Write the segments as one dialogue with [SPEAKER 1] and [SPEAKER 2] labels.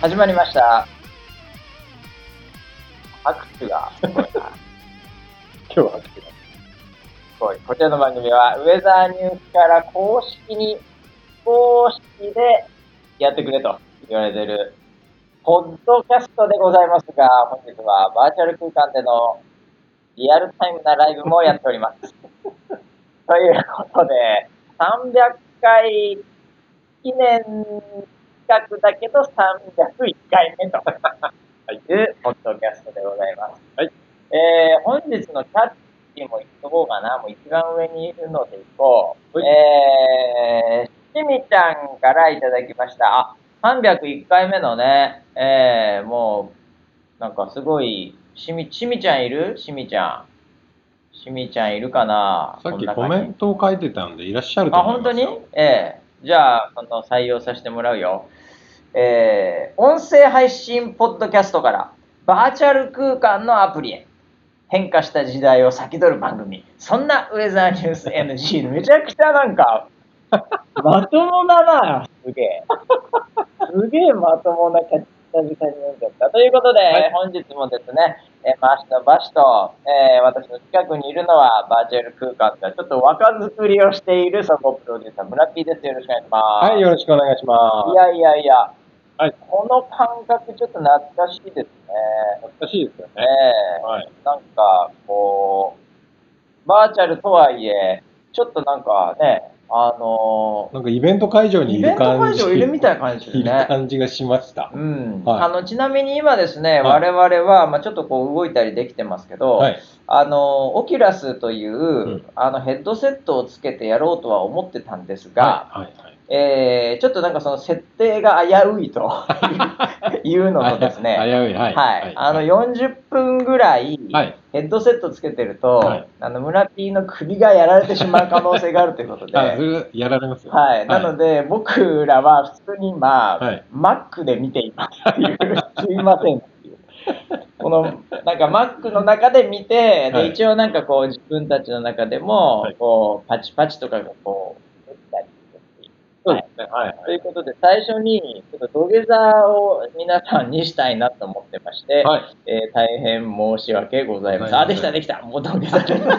[SPEAKER 1] 始まりました。拍手が聞こえた。
[SPEAKER 2] 今日は秋だ
[SPEAKER 1] こちらの番組は、ウェザーニュースから公式に、公式でやってくれと言われている、ポッドキャストでございますが、本日はバーチャル空間でのリアルタイムなライブもやっており ます。ということで、300回記念企画だけど、301回目というポッドキャストでございます。
[SPEAKER 2] はい
[SPEAKER 1] えー本日のキャッチも言っとこうかな。もう一番上にいるのでいこう。
[SPEAKER 2] はい
[SPEAKER 1] えー、しみちゃんからいただきました。あ、301回目のね、えー、もう、なんかすごい、しみ、しみちゃんいるしみちゃん。しみちゃんいるかな
[SPEAKER 2] さっき
[SPEAKER 1] こ
[SPEAKER 2] コ
[SPEAKER 1] んな
[SPEAKER 2] メ
[SPEAKER 1] 感じ
[SPEAKER 2] ントを書いてたんでいらっしゃると
[SPEAKER 1] あ、
[SPEAKER 2] 思い
[SPEAKER 1] 本
[SPEAKER 2] ま
[SPEAKER 1] 当
[SPEAKER 2] す
[SPEAKER 1] に
[SPEAKER 2] よ
[SPEAKER 1] ええじゃあ、この採用させてもらうよ。えー音声配信ポッドキャストからバーチャル空間のアプリへ変化した時代を先取る番組。そんなウェザーニュース NG めちゃくちゃなんか、まともだな、すげえ。すげえまともなキャッチ久々に読んじゃった。ということで、
[SPEAKER 2] はい
[SPEAKER 1] 本日もですね、えー、マシとバシと、えー私の近くにいるのはバーチャル空間ではちょっと若作りをしているそこプロデューサー、村 P です。よろしくお願いします。
[SPEAKER 2] はい、よろしくお願いしま
[SPEAKER 1] いやいやいや、
[SPEAKER 2] はい
[SPEAKER 1] この感覚ちょっと懐かしいですね。
[SPEAKER 2] す。懐かしいですよ
[SPEAKER 1] え
[SPEAKER 2] ね。
[SPEAKER 1] え
[SPEAKER 2] はい。
[SPEAKER 1] なんかこう、バーチャルとはいえ、ちょっとなんかね、あの
[SPEAKER 2] なんかイベント会場にいる感じ。
[SPEAKER 1] イベント会場いるみたいな感じですね
[SPEAKER 2] いる感じがしました
[SPEAKER 1] う。ん
[SPEAKER 2] はい
[SPEAKER 1] あのちなみに今ですね、
[SPEAKER 2] はい
[SPEAKER 1] 我々は、まあ、ちょっとこう動いたりできてますけど、
[SPEAKER 2] はい。
[SPEAKER 1] あのオキュラスという、
[SPEAKER 2] ん
[SPEAKER 1] あのヘッドセットをつけてやろうとは思ってたんですが、
[SPEAKER 2] はい。はい。
[SPEAKER 1] えーちょっとなんかその設定が危うい というのとですね、
[SPEAKER 2] 危うい。はい。
[SPEAKER 1] はい、あの
[SPEAKER 2] はい
[SPEAKER 1] 40分ぐらい
[SPEAKER 2] はい
[SPEAKER 1] ヘッドセットつけてると、
[SPEAKER 2] はい
[SPEAKER 1] あの村 P の首がやられてしまう可能性があるということで、
[SPEAKER 2] あ、それやられますよ。
[SPEAKER 1] はい、なの
[SPEAKER 2] で。
[SPEAKER 1] で僕らは普通に今、
[SPEAKER 2] はい
[SPEAKER 1] マックで見ていますっていう、 すいませんっていう。このなんかマックの中で見て、
[SPEAKER 2] は
[SPEAKER 1] で
[SPEAKER 2] い
[SPEAKER 1] 一応なんかこう自分たちの中でも、
[SPEAKER 2] はい
[SPEAKER 1] こうパチパチとかがこう出てたりして
[SPEAKER 2] そうですね。はい。
[SPEAKER 1] ということで、最初に、ちょっと土下座を皆さんにしたいなと思ってまして、
[SPEAKER 2] はい。
[SPEAKER 1] えー大変申し訳ございません。
[SPEAKER 2] はい
[SPEAKER 1] あ、できた、できた。もう土下座できた。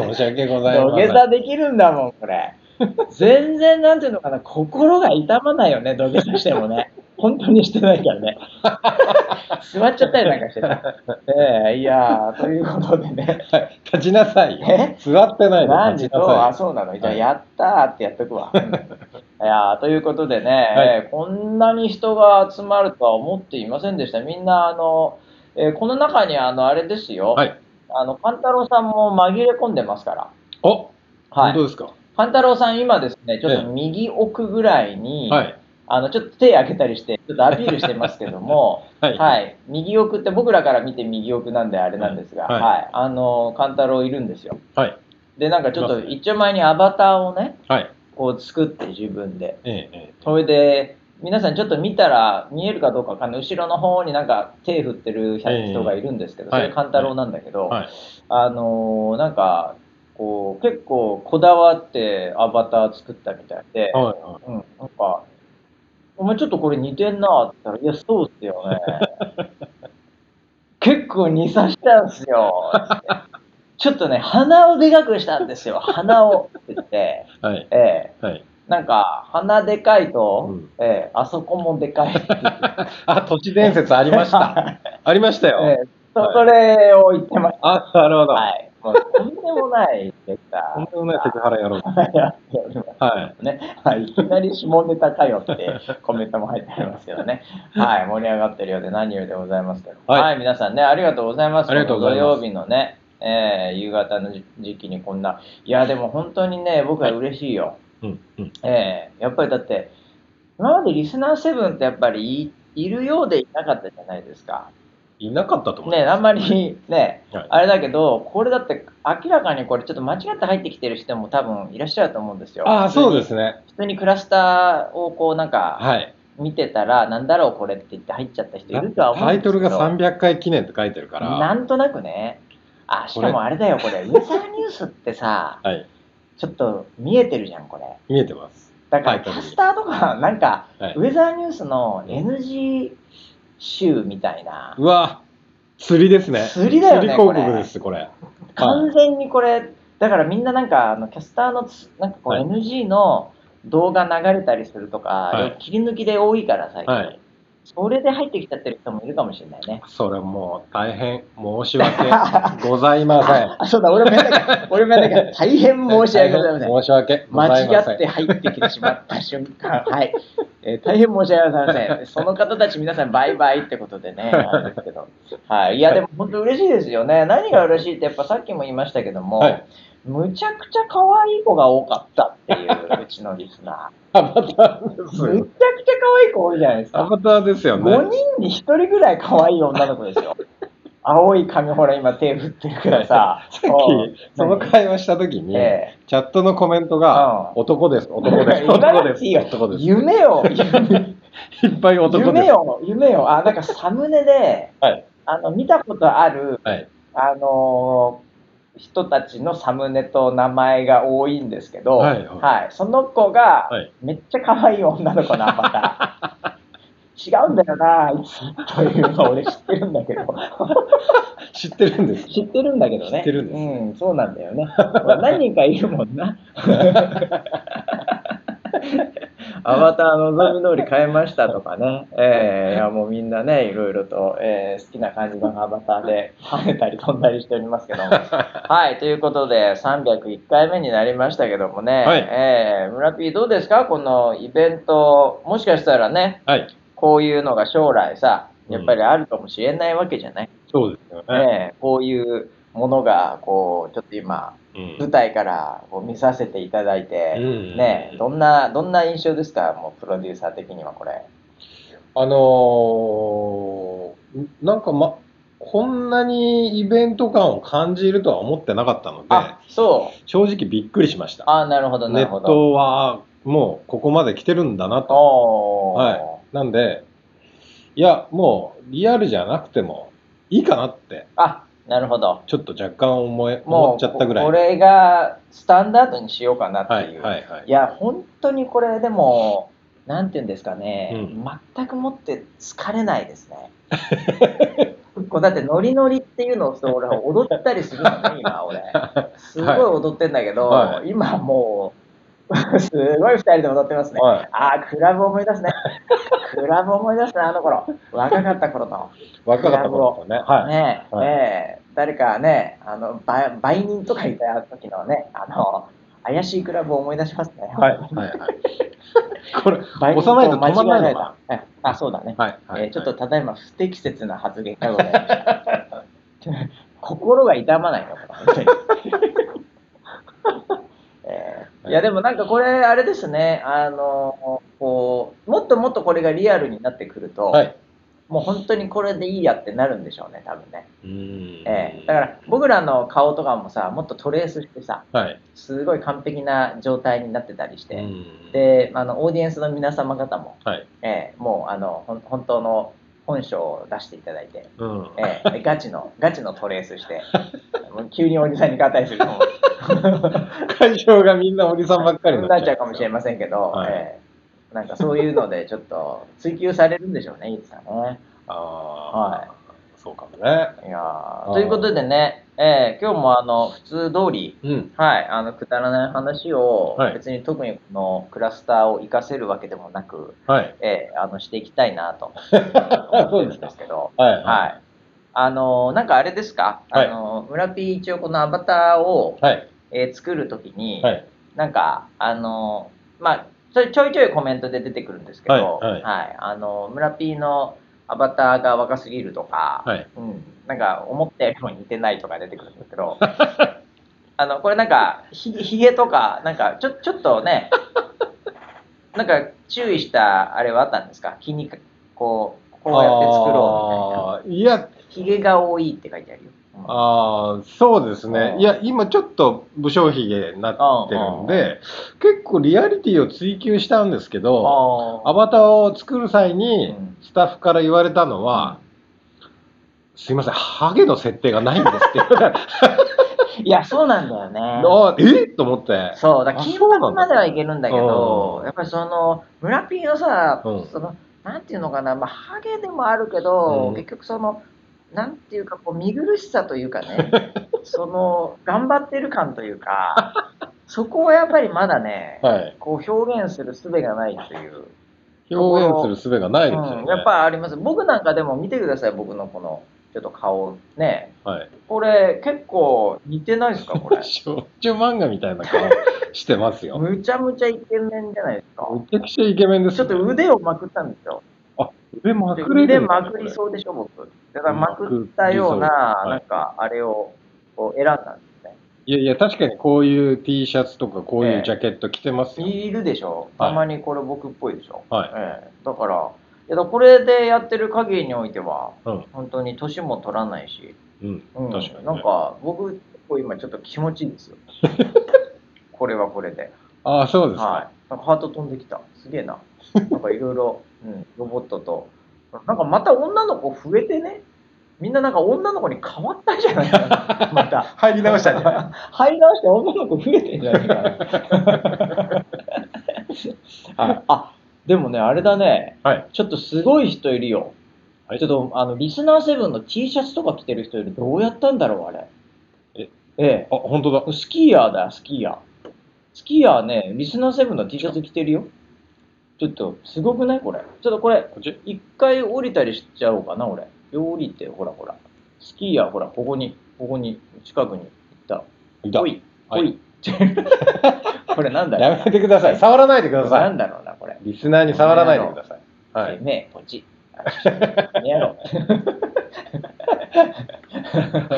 [SPEAKER 2] 申し訳ご
[SPEAKER 1] 土
[SPEAKER 2] ざいません。
[SPEAKER 1] 下座できるんだもん、こ れ。全然、なんていうのかな、心が痛まないよね、土下座しても ね。本当にしてないから ね。座っちゃったりなんかしてね。 ええいやー、ということでね。
[SPEAKER 2] はい。立ちなさいよ
[SPEAKER 1] え。
[SPEAKER 2] 座ってないで
[SPEAKER 1] 何
[SPEAKER 2] 立
[SPEAKER 1] 時
[SPEAKER 2] ちな
[SPEAKER 1] と、
[SPEAKER 2] さ
[SPEAKER 1] あ、
[SPEAKER 2] い。
[SPEAKER 1] そうなの。じゃあ、
[SPEAKER 2] はい
[SPEAKER 1] やったーってやっとく わ。うんいやーということでね、
[SPEAKER 2] い
[SPEAKER 1] えーこんなに人が集まるとは思っていませんでした。みんな、あの、えーこの中に、あの、あれですよ。
[SPEAKER 2] はい。
[SPEAKER 1] あの、勘太郎さんも紛れ込んでますから。
[SPEAKER 2] お、
[SPEAKER 1] は
[SPEAKER 2] 本
[SPEAKER 1] い
[SPEAKER 2] 当。ですか。
[SPEAKER 1] 勘太郎さん、今ですね、ちょっ
[SPEAKER 2] え
[SPEAKER 1] と
[SPEAKER 2] え
[SPEAKER 1] 右奥ぐらいに、
[SPEAKER 2] はい。
[SPEAKER 1] あの、ちょっと手開けたりして、ちょっとアピールしてますけども、
[SPEAKER 2] はい
[SPEAKER 1] はい。右奥って僕らから見て右奥なんであれなんですが、は。
[SPEAKER 2] はいい
[SPEAKER 1] あの、勘太郎いるんですよ。
[SPEAKER 2] はい。
[SPEAKER 1] で、なんかちょっ
[SPEAKER 2] いま
[SPEAKER 1] と
[SPEAKER 2] すね
[SPEAKER 1] 一丁前にアバターをね、
[SPEAKER 2] はい。
[SPEAKER 1] こう作って自分で。
[SPEAKER 2] ええ。ええ
[SPEAKER 1] それで、皆さんちょっと見たら見えるかどうかわかんない。後ろの方になんか手振ってる人がいるんですけど、
[SPEAKER 2] ええ
[SPEAKER 1] それ勘太郎なんだけど、
[SPEAKER 2] はい。
[SPEAKER 1] あのーなんか、こう、結構こだわってアバター作ったみたいで、
[SPEAKER 2] はい。はい。
[SPEAKER 1] うん、なんか、お前ちょっとこれ似てんなって言ったら、いや、そうっすよね。 結構似させたんす よ。ってちょっとね、鼻をでかくしたんですよ。鼻をって言って、
[SPEAKER 2] はい。
[SPEAKER 1] ええ
[SPEAKER 2] はい。
[SPEAKER 1] なんか、鼻でかいと、
[SPEAKER 2] うん
[SPEAKER 1] ええあそこもでかいって言って。
[SPEAKER 2] あ、都市伝説あり ました。ありましたよ。
[SPEAKER 1] ええそそれを言ってまし
[SPEAKER 2] あ、なるほ
[SPEAKER 1] た。
[SPEAKER 2] ど。
[SPEAKER 1] はい。もう、とんでもないでした
[SPEAKER 2] と。 んでもないセクハラやろう。
[SPEAKER 1] やっておりま
[SPEAKER 2] はい。
[SPEAKER 1] すね。はい、いきなり下ネタかよってコメントも入っておりますけどね。はい、盛り上がってるようで何よりでございますけど。は、
[SPEAKER 2] はいい
[SPEAKER 1] 皆さんね、ありがとうございます。
[SPEAKER 2] ありがとうございます
[SPEAKER 1] この土曜日のね、えー夕方の時時期にこんな。いや、でも本当にね、僕は嬉しいよ。
[SPEAKER 2] うん。うん。
[SPEAKER 1] えーやっぱりだって、今までリスナーセブンってやっぱりいいるようでいなかったじゃないですか。
[SPEAKER 2] いなかったと思う。
[SPEAKER 1] ね、あんまりね、
[SPEAKER 2] はい
[SPEAKER 1] あれだけど、これだって明らかにこれちょっと間違って入ってきてる人も多分いらっしゃると思うんですよ。
[SPEAKER 2] ああ、そうですね。
[SPEAKER 1] 普通にクラスターをこうなんか
[SPEAKER 2] はい。
[SPEAKER 1] 見てたら、なんだろうこれって言って入っちゃった人いるとは思うん
[SPEAKER 2] タ
[SPEAKER 1] です
[SPEAKER 2] イ
[SPEAKER 1] け
[SPEAKER 2] ト
[SPEAKER 1] ど
[SPEAKER 2] ルが300回記念って書いてるから。
[SPEAKER 1] なんとなくね。あ、しか
[SPEAKER 2] こ
[SPEAKER 1] もあれだよ、これ、ウェザーニュースってさ、
[SPEAKER 2] はい。
[SPEAKER 1] ちょっと見えてるじゃん、これ。
[SPEAKER 2] 見えてます。
[SPEAKER 1] だから、
[SPEAKER 2] はい
[SPEAKER 1] キャスターとか、なんか、
[SPEAKER 2] はい
[SPEAKER 1] ウェザーニュースの NG 集みたいな、
[SPEAKER 2] うわ、釣りですね。
[SPEAKER 1] 釣りだよね
[SPEAKER 2] 釣り広告
[SPEAKER 1] これ
[SPEAKER 2] です、これ。
[SPEAKER 1] 完全にこれ、だからみんななんか、あのキャスターのつ、なんかこう
[SPEAKER 2] はい
[SPEAKER 1] NG の動画流れたりするとか、
[SPEAKER 2] はい
[SPEAKER 1] 切り抜きで多いから、最近、
[SPEAKER 2] はい
[SPEAKER 1] それで入ってきちゃってる人もいるかもしれないね。
[SPEAKER 2] それもう大変申し 訳ございません。
[SPEAKER 1] あ、そうだ、俺もやんなきゃ、俺もやんなきゃ、大変 申し訳ございません。
[SPEAKER 2] 申し訳ござい
[SPEAKER 1] 間
[SPEAKER 2] ま
[SPEAKER 1] 違
[SPEAKER 2] せ
[SPEAKER 1] って
[SPEAKER 2] ん。
[SPEAKER 1] 入ってきてしまった瞬間、 はい、えー大変申し訳ございません。その方たち皆さんバイバイってことで ね、あれですけど、はい、いやでも本当嬉しいですよね。何が嬉しいってやっぱさっきも言いましたけども、
[SPEAKER 2] はい
[SPEAKER 1] むちゃくちゃ可愛い子が多かったっていううちのリスナ
[SPEAKER 2] アバターで
[SPEAKER 1] ー。
[SPEAKER 2] す
[SPEAKER 1] むちゃ
[SPEAKER 2] よ
[SPEAKER 1] く。ちゃ可愛い子多いじゃないです
[SPEAKER 2] ア
[SPEAKER 1] か。
[SPEAKER 2] バターですよね。
[SPEAKER 1] 5人に1人ぐらい可愛い女の子です よ。青い髪ほら今手振ってるからさ。
[SPEAKER 2] さっ
[SPEAKER 1] うん
[SPEAKER 2] きその会話した時に、
[SPEAKER 1] え
[SPEAKER 2] チャットのコメント
[SPEAKER 1] う
[SPEAKER 2] が
[SPEAKER 1] ん
[SPEAKER 2] 男です男 で
[SPEAKER 1] いや
[SPEAKER 2] す
[SPEAKER 1] いや
[SPEAKER 2] 男です
[SPEAKER 1] いやいや
[SPEAKER 2] 男です
[SPEAKER 1] 夢を、
[SPEAKER 2] いっぱい男です
[SPEAKER 1] 夢を、夢を、あ、なんかサムネで、
[SPEAKER 2] はい
[SPEAKER 1] あの、見たことある、
[SPEAKER 2] はい
[SPEAKER 1] あのー人たちのサムネと名前が多いんですけど、
[SPEAKER 2] はいはい
[SPEAKER 1] その子が、
[SPEAKER 2] はい
[SPEAKER 1] めっちゃ可愛い女の子のアバタ ー。違うんだよな、あいつというのを俺知ってるんだけど、
[SPEAKER 2] 知ってるんです
[SPEAKER 1] 知ってるんだけどね。
[SPEAKER 2] 知ってるんです
[SPEAKER 1] うん、そうなんだよ ね。ほら何人かいるもんな。アバター望み通り変えましたとかね、えーいやもうみんなね、いろいろと、えー好きな感じのアバターで跳ねたり飛んだりしております けども。はい、ということで、301回目になりましたけどもね、
[SPEAKER 2] はい
[SPEAKER 1] えー村 P どうですか、このイベント、もしかしたらね、
[SPEAKER 2] はい
[SPEAKER 1] こういうのが将来さ、やっぱりあるかもしれないわけじゃない、
[SPEAKER 2] そうですよね、
[SPEAKER 1] ねえこういうものが、こう、ちょっと今、
[SPEAKER 2] うん
[SPEAKER 1] 舞台からこう見させていただいて、
[SPEAKER 2] うん
[SPEAKER 1] ねえどんな、どんな印象ですか、もうプロデューサー的にはこれ。
[SPEAKER 2] あのーなんかまこんなにイベント感を感じるとは思ってなかったので
[SPEAKER 1] あ、そう。
[SPEAKER 2] 正直びっくりしました
[SPEAKER 1] あ、なるほど、な
[SPEAKER 2] ネ
[SPEAKER 1] るほ
[SPEAKER 2] ッ
[SPEAKER 1] ど。
[SPEAKER 2] トはもうここまで来てるんだなと
[SPEAKER 1] おー
[SPEAKER 2] はなんでいやもうリアルじゃなくてもいいかなって
[SPEAKER 1] あ、なるほど。
[SPEAKER 2] ちょっと若干思え思
[SPEAKER 1] も
[SPEAKER 2] っち
[SPEAKER 1] う
[SPEAKER 2] ゃったぐらい
[SPEAKER 1] これがスタンダードにしようかなっていう、
[SPEAKER 2] はい
[SPEAKER 1] い
[SPEAKER 2] はいはい
[SPEAKER 1] や本当にこれでもなんていうんですかね、
[SPEAKER 2] うん
[SPEAKER 1] 全くもって疲れないですねこうだってノリノリっていうのをそう俺踊ったりするのね 今俺すごい踊ってんだけど、
[SPEAKER 2] はいは
[SPEAKER 1] 今もう すごい2人で踊ってますね、
[SPEAKER 2] はい
[SPEAKER 1] ああクラブ思い出すねクラブ思い出すねあの頃若かった頃の
[SPEAKER 2] 若かった頃とね。はい。
[SPEAKER 1] ねえ、
[SPEAKER 2] はい
[SPEAKER 1] ねえ誰かね、あの売売人とかいた時のね、あの怪しいクラブを思い出しますね。
[SPEAKER 2] はい。はい。はい。 これ、
[SPEAKER 1] 売人
[SPEAKER 2] 押さないと止まら
[SPEAKER 1] 間
[SPEAKER 2] な
[SPEAKER 1] 違え
[SPEAKER 2] いの
[SPEAKER 1] ら
[SPEAKER 2] か。
[SPEAKER 1] れたあ、そうだね、
[SPEAKER 2] はい。は
[SPEAKER 1] え
[SPEAKER 2] い。
[SPEAKER 1] ーちょっとただいま不適切な発言がございました。 心が痛まないのかな 本当にえーいやでもなんかこれあれですねあのこうもっともっとこれがリアルになってくると、
[SPEAKER 2] はい。
[SPEAKER 1] もう本当にこれでいいやってなるんでしょうね多分ね
[SPEAKER 2] うーん
[SPEAKER 1] ええだから僕らの顔とかもさもっとトレースしてさ
[SPEAKER 2] ら、はい。
[SPEAKER 1] すごい完璧な状態になってたりして、
[SPEAKER 2] うーん、
[SPEAKER 1] であのオーディエンスの皆様方も、
[SPEAKER 2] はい。
[SPEAKER 1] ええもうあのほん本当の本性を出していただいて、
[SPEAKER 2] うん。
[SPEAKER 1] ええ ガチのガチのトレースしてもう急におじさんに変わったりすると思う
[SPEAKER 2] 会場がみんなおじさんばっかり
[SPEAKER 1] なっちゃうかもしれ
[SPEAKER 2] ない。
[SPEAKER 1] ませんけど、
[SPEAKER 2] はい
[SPEAKER 1] ええなんかそういうのでちょっと追求されるんでしょうねいつかね。
[SPEAKER 2] ああ、
[SPEAKER 1] はい
[SPEAKER 2] そうかもね。
[SPEAKER 1] いやー
[SPEAKER 2] ー
[SPEAKER 1] ということでね、ええ今日もあの普通通り
[SPEAKER 2] うん。
[SPEAKER 1] はい、あのくだらない話を
[SPEAKER 2] はい
[SPEAKER 1] 別に特にこのクラスターを活かせるわけでもなく、
[SPEAKER 2] はい。
[SPEAKER 1] えーあのしていきたいなと
[SPEAKER 2] そ
[SPEAKER 1] 思っ
[SPEAKER 2] う
[SPEAKER 1] て
[SPEAKER 2] で
[SPEAKER 1] るん
[SPEAKER 2] す
[SPEAKER 1] で
[SPEAKER 2] か
[SPEAKER 1] す。けど、
[SPEAKER 2] はい。
[SPEAKER 1] はい、あのなんかあれですか、
[SPEAKER 2] はい
[SPEAKER 1] あの村 P 一応このアバターを、
[SPEAKER 2] はい。
[SPEAKER 1] えー作るときに、
[SPEAKER 2] はい。
[SPEAKER 1] なんかあのまあちょいちょいちょいコメントで出てくるんですけど、
[SPEAKER 2] はいはい
[SPEAKER 1] あの村 P のアバターが若すぎるとか、
[SPEAKER 2] はい。
[SPEAKER 1] うん、なんか思ったよりも似てないとか出てくるんですけ どあのこれなんかひひげとかなんかちょちょっと ねなんか注意したあれはあったんですか気にかこうこうやって作ろ
[SPEAKER 2] あーいや、
[SPEAKER 1] うみたいなひげが多いって書いてあるよ、うん
[SPEAKER 2] ああ、そうです
[SPEAKER 1] う
[SPEAKER 2] ね
[SPEAKER 1] ん。
[SPEAKER 2] いや、今ちょっと武将髭になってるんで、結構リアリティを追求したんですけど、
[SPEAKER 1] あ
[SPEAKER 2] アバターを作る際に
[SPEAKER 1] うん
[SPEAKER 2] スタッフから言われたのは、すいません、ハゲの設定がないんですって言われた。
[SPEAKER 1] いや、そうなんだよね。
[SPEAKER 2] あえと思って。
[SPEAKER 1] そう、だから
[SPEAKER 2] あ
[SPEAKER 1] 金
[SPEAKER 2] そうな
[SPEAKER 1] 髪
[SPEAKER 2] んだ
[SPEAKER 1] まではいけるんだけど
[SPEAKER 2] う、ん
[SPEAKER 1] やっぱりその、村ピーのさ、
[SPEAKER 2] うん
[SPEAKER 1] その、なんていうのかな、まあ、ハゲでもあるけど、
[SPEAKER 2] うん
[SPEAKER 1] 結局その、なんていうか、こう、見苦しさというか ね、その、頑張ってる感というか、そこはやっぱりまだね、
[SPEAKER 2] はい。
[SPEAKER 1] こう、表現する術がないっていう、
[SPEAKER 2] 表現する術がないですよね。
[SPEAKER 1] うん、やっぱあります。僕なんかでも見てください、僕のこの、ちょっと顔、ね。
[SPEAKER 2] はい。。
[SPEAKER 1] これ、結構似てないですか、これ
[SPEAKER 2] 少女漫画みたいな顔してますよ。
[SPEAKER 1] むちゃむちゃイケメンじゃないですか。
[SPEAKER 2] めちゃくちゃイケメンです
[SPEAKER 1] ちょ
[SPEAKER 2] ね、
[SPEAKER 1] っと腕をまくったんですよ。
[SPEAKER 2] 腕まくれる
[SPEAKER 1] 腕
[SPEAKER 2] んですね
[SPEAKER 1] まくりそうでしょ、僕。だからまくったような、な
[SPEAKER 2] まくりそうですはい
[SPEAKER 1] んか、あれをこう選んだんですね。
[SPEAKER 2] いやいや、確かにこういう T シャツとかこういうジャケット着てますよ。
[SPEAKER 1] いるでしょ
[SPEAKER 2] はい
[SPEAKER 1] たまにこれ僕っぽいでしょ、
[SPEAKER 2] はい
[SPEAKER 1] ええだから、いやだからこれでやってる限りにおいては、
[SPEAKER 2] うん
[SPEAKER 1] 本当に年も取らないし、
[SPEAKER 2] うん。
[SPEAKER 1] うん
[SPEAKER 2] 確かにね
[SPEAKER 1] なんか、僕、結構今ちょっと気持ちいい ですよ。これはこれで。
[SPEAKER 2] ああ、そうですか。
[SPEAKER 1] はい。なんかハート飛んできた。すげえ な。なんかいろいろ、うん、ロボットと。なんかまた女の子増えてね。みんななんか女の子に変わったんじ ゃないかな。また。
[SPEAKER 2] 入り直したんじゃない
[SPEAKER 1] ね。 入り直して女の子増えてんじゃないかな。 はいあ、でもね、あれだね。
[SPEAKER 2] はい。
[SPEAKER 1] ちょっとすごい人いるよ。
[SPEAKER 2] はい
[SPEAKER 1] ちょっと、あの、リスナーセブンの T シャツとか着てる人いる。どうやったんだろう、あれ。
[SPEAKER 2] え、
[SPEAKER 1] ええ。
[SPEAKER 2] あ、本当だ。
[SPEAKER 1] スキーヤーだよ、スキーヤー。スキーヤーね、リスナーセブンの T シャツ着てるよ。ちょっと、すごくないこれ。ちょっとこれ、
[SPEAKER 2] こっち
[SPEAKER 1] 一回降りたりしちゃおうかな、俺。降りて、ほらほら。スキーヤー、ほら、ここに、ここに、近くに行った。
[SPEAKER 2] いた
[SPEAKER 1] おい、
[SPEAKER 2] はい
[SPEAKER 1] おい。 これなんだろう
[SPEAKER 2] やめてください。触らないでくだ
[SPEAKER 1] な
[SPEAKER 2] さい。
[SPEAKER 1] んだろうな、これ。
[SPEAKER 2] リスナーに触らないでください。は
[SPEAKER 1] はい、
[SPEAKER 2] い。
[SPEAKER 1] ねえ、ポチ。やろう。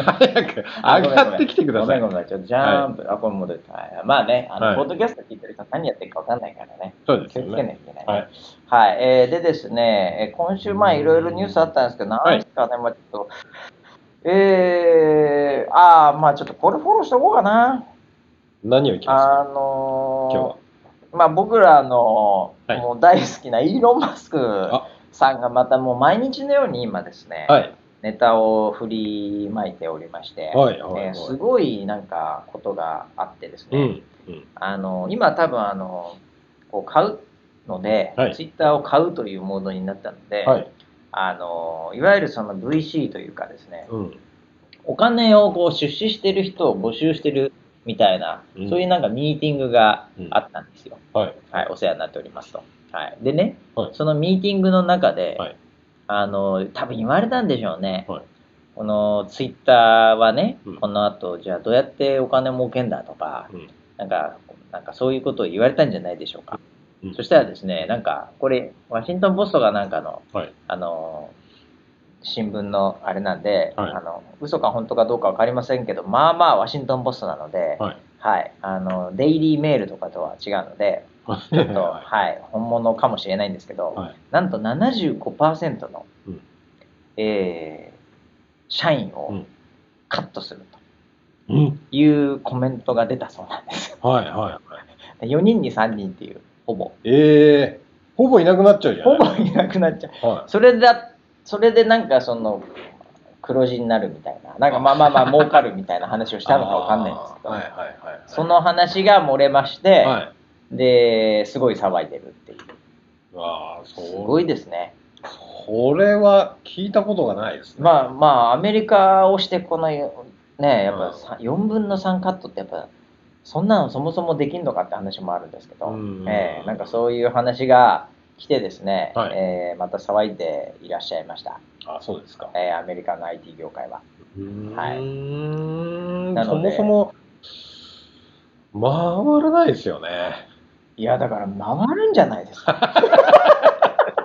[SPEAKER 2] 早く
[SPEAKER 1] あ
[SPEAKER 2] 上がってきてください。
[SPEAKER 1] ごめんごめん、ちょっとジャンプ、あ、これ戻って、はいまあね、あの、
[SPEAKER 2] はい
[SPEAKER 1] ポッドキャスト聞いてる人何やってるか分かんないからね。
[SPEAKER 2] そうです
[SPEAKER 1] 気を
[SPEAKER 2] よ
[SPEAKER 1] つけな
[SPEAKER 2] ね。
[SPEAKER 1] いといけない。
[SPEAKER 2] はい。
[SPEAKER 1] はい、えーでですね、えー今週、まあ、いろいろニュースあったんですけど、何ですかね、まあ、ちょっと、えー、あー、まあ、ちょっとこれフォローしとこうかな。
[SPEAKER 2] 何をいきますか
[SPEAKER 1] あの
[SPEAKER 2] 今
[SPEAKER 1] ー
[SPEAKER 2] 日は。
[SPEAKER 1] まあ、僕らの、
[SPEAKER 2] はい
[SPEAKER 1] もう大好きなイーロン・マスク
[SPEAKER 2] あ
[SPEAKER 1] さんが、またもう毎日のように今ですね、
[SPEAKER 2] はい。
[SPEAKER 1] ネタを振りまいておりまして、
[SPEAKER 2] はいはい
[SPEAKER 1] え
[SPEAKER 2] は
[SPEAKER 1] ー
[SPEAKER 2] い
[SPEAKER 1] すごいなんかことがあってです
[SPEAKER 2] う
[SPEAKER 1] ね、
[SPEAKER 2] ん。うん
[SPEAKER 1] あの今多分あのこう買うので、
[SPEAKER 2] はい
[SPEAKER 1] ツイッターを買うというモードになったので、
[SPEAKER 2] はい。
[SPEAKER 1] あのいわゆるその VC というかですね、
[SPEAKER 2] うん。
[SPEAKER 1] お金をこう出資してる人を募集してるみたいな、
[SPEAKER 2] うん
[SPEAKER 1] そういうなんかミーティングが
[SPEAKER 2] うん
[SPEAKER 1] あったんですよ。
[SPEAKER 2] はい。
[SPEAKER 1] はい、お世話になっておりますと。はい、でね、
[SPEAKER 2] はい
[SPEAKER 1] そのミーティングの中で、
[SPEAKER 2] はい
[SPEAKER 1] あの多分言われたんでしょうね、
[SPEAKER 2] はい
[SPEAKER 1] このツイッターはね、
[SPEAKER 2] うん
[SPEAKER 1] このあと、じゃあどうやってお金儲けんだとか、
[SPEAKER 2] うん
[SPEAKER 1] なんか、なんかそういうことを言われたんじゃないでしょうか。
[SPEAKER 2] うん
[SPEAKER 1] そしたらですね、なんか、これ、ワシントン・ポストがなんかの、
[SPEAKER 2] はい
[SPEAKER 1] あの、新聞のあれなんで、
[SPEAKER 2] はい
[SPEAKER 1] あの嘘か本当かどうか分かりませんけど、まあまあワシントン・ポストなので、
[SPEAKER 2] はい。
[SPEAKER 1] はい、あのデイリーメールとかとは違うので、ちょっと、
[SPEAKER 2] は
[SPEAKER 1] はい、本物かもしれないんですけど、
[SPEAKER 2] い。はい。
[SPEAKER 1] なんと75%の、
[SPEAKER 2] うん
[SPEAKER 1] えー社員
[SPEAKER 2] う
[SPEAKER 1] を
[SPEAKER 2] ん
[SPEAKER 1] カットすると
[SPEAKER 2] うん。
[SPEAKER 1] いうコメントが出たそうなんです。
[SPEAKER 2] はい。はい。はい。
[SPEAKER 1] 4人に3人っていう、ほぼ。
[SPEAKER 2] ええ。ほぼいなくなっちゃうじゃ
[SPEAKER 1] ほ
[SPEAKER 2] ない
[SPEAKER 1] ぼいなくなっちゃう。
[SPEAKER 2] は
[SPEAKER 1] それだ、それでなんかその、黒字になるみたいな、なんかまあまあまあ儲かるみたいな話を
[SPEAKER 2] い。
[SPEAKER 1] したのかわかんないんですけど、
[SPEAKER 2] あーはい。はい。はい。
[SPEAKER 1] その話が漏れまして、
[SPEAKER 2] はい。
[SPEAKER 1] で、すごい騒いでるっていう。
[SPEAKER 2] わあ、
[SPEAKER 1] す
[SPEAKER 2] そ
[SPEAKER 1] ご
[SPEAKER 2] う。
[SPEAKER 1] いですね。
[SPEAKER 2] これは聞いたことがないですね。
[SPEAKER 1] まあまあ、アメリカをしてこの、ね、やっぱさ4分の3カットってやっぱ、そんなのそもそもできんのかって話もあるんですけど、
[SPEAKER 2] うん
[SPEAKER 1] ええなんかそういう話が来てですね、
[SPEAKER 2] はい
[SPEAKER 1] ええまた騒いでいらっしゃいました、
[SPEAKER 2] あ、そうですか。
[SPEAKER 1] ええアメリカの IT 業界は。
[SPEAKER 2] うーん
[SPEAKER 1] はいな
[SPEAKER 2] そ
[SPEAKER 1] の
[SPEAKER 2] も
[SPEAKER 1] で
[SPEAKER 2] そも回らないですよね。
[SPEAKER 1] いや、だから回るんじゃないですか。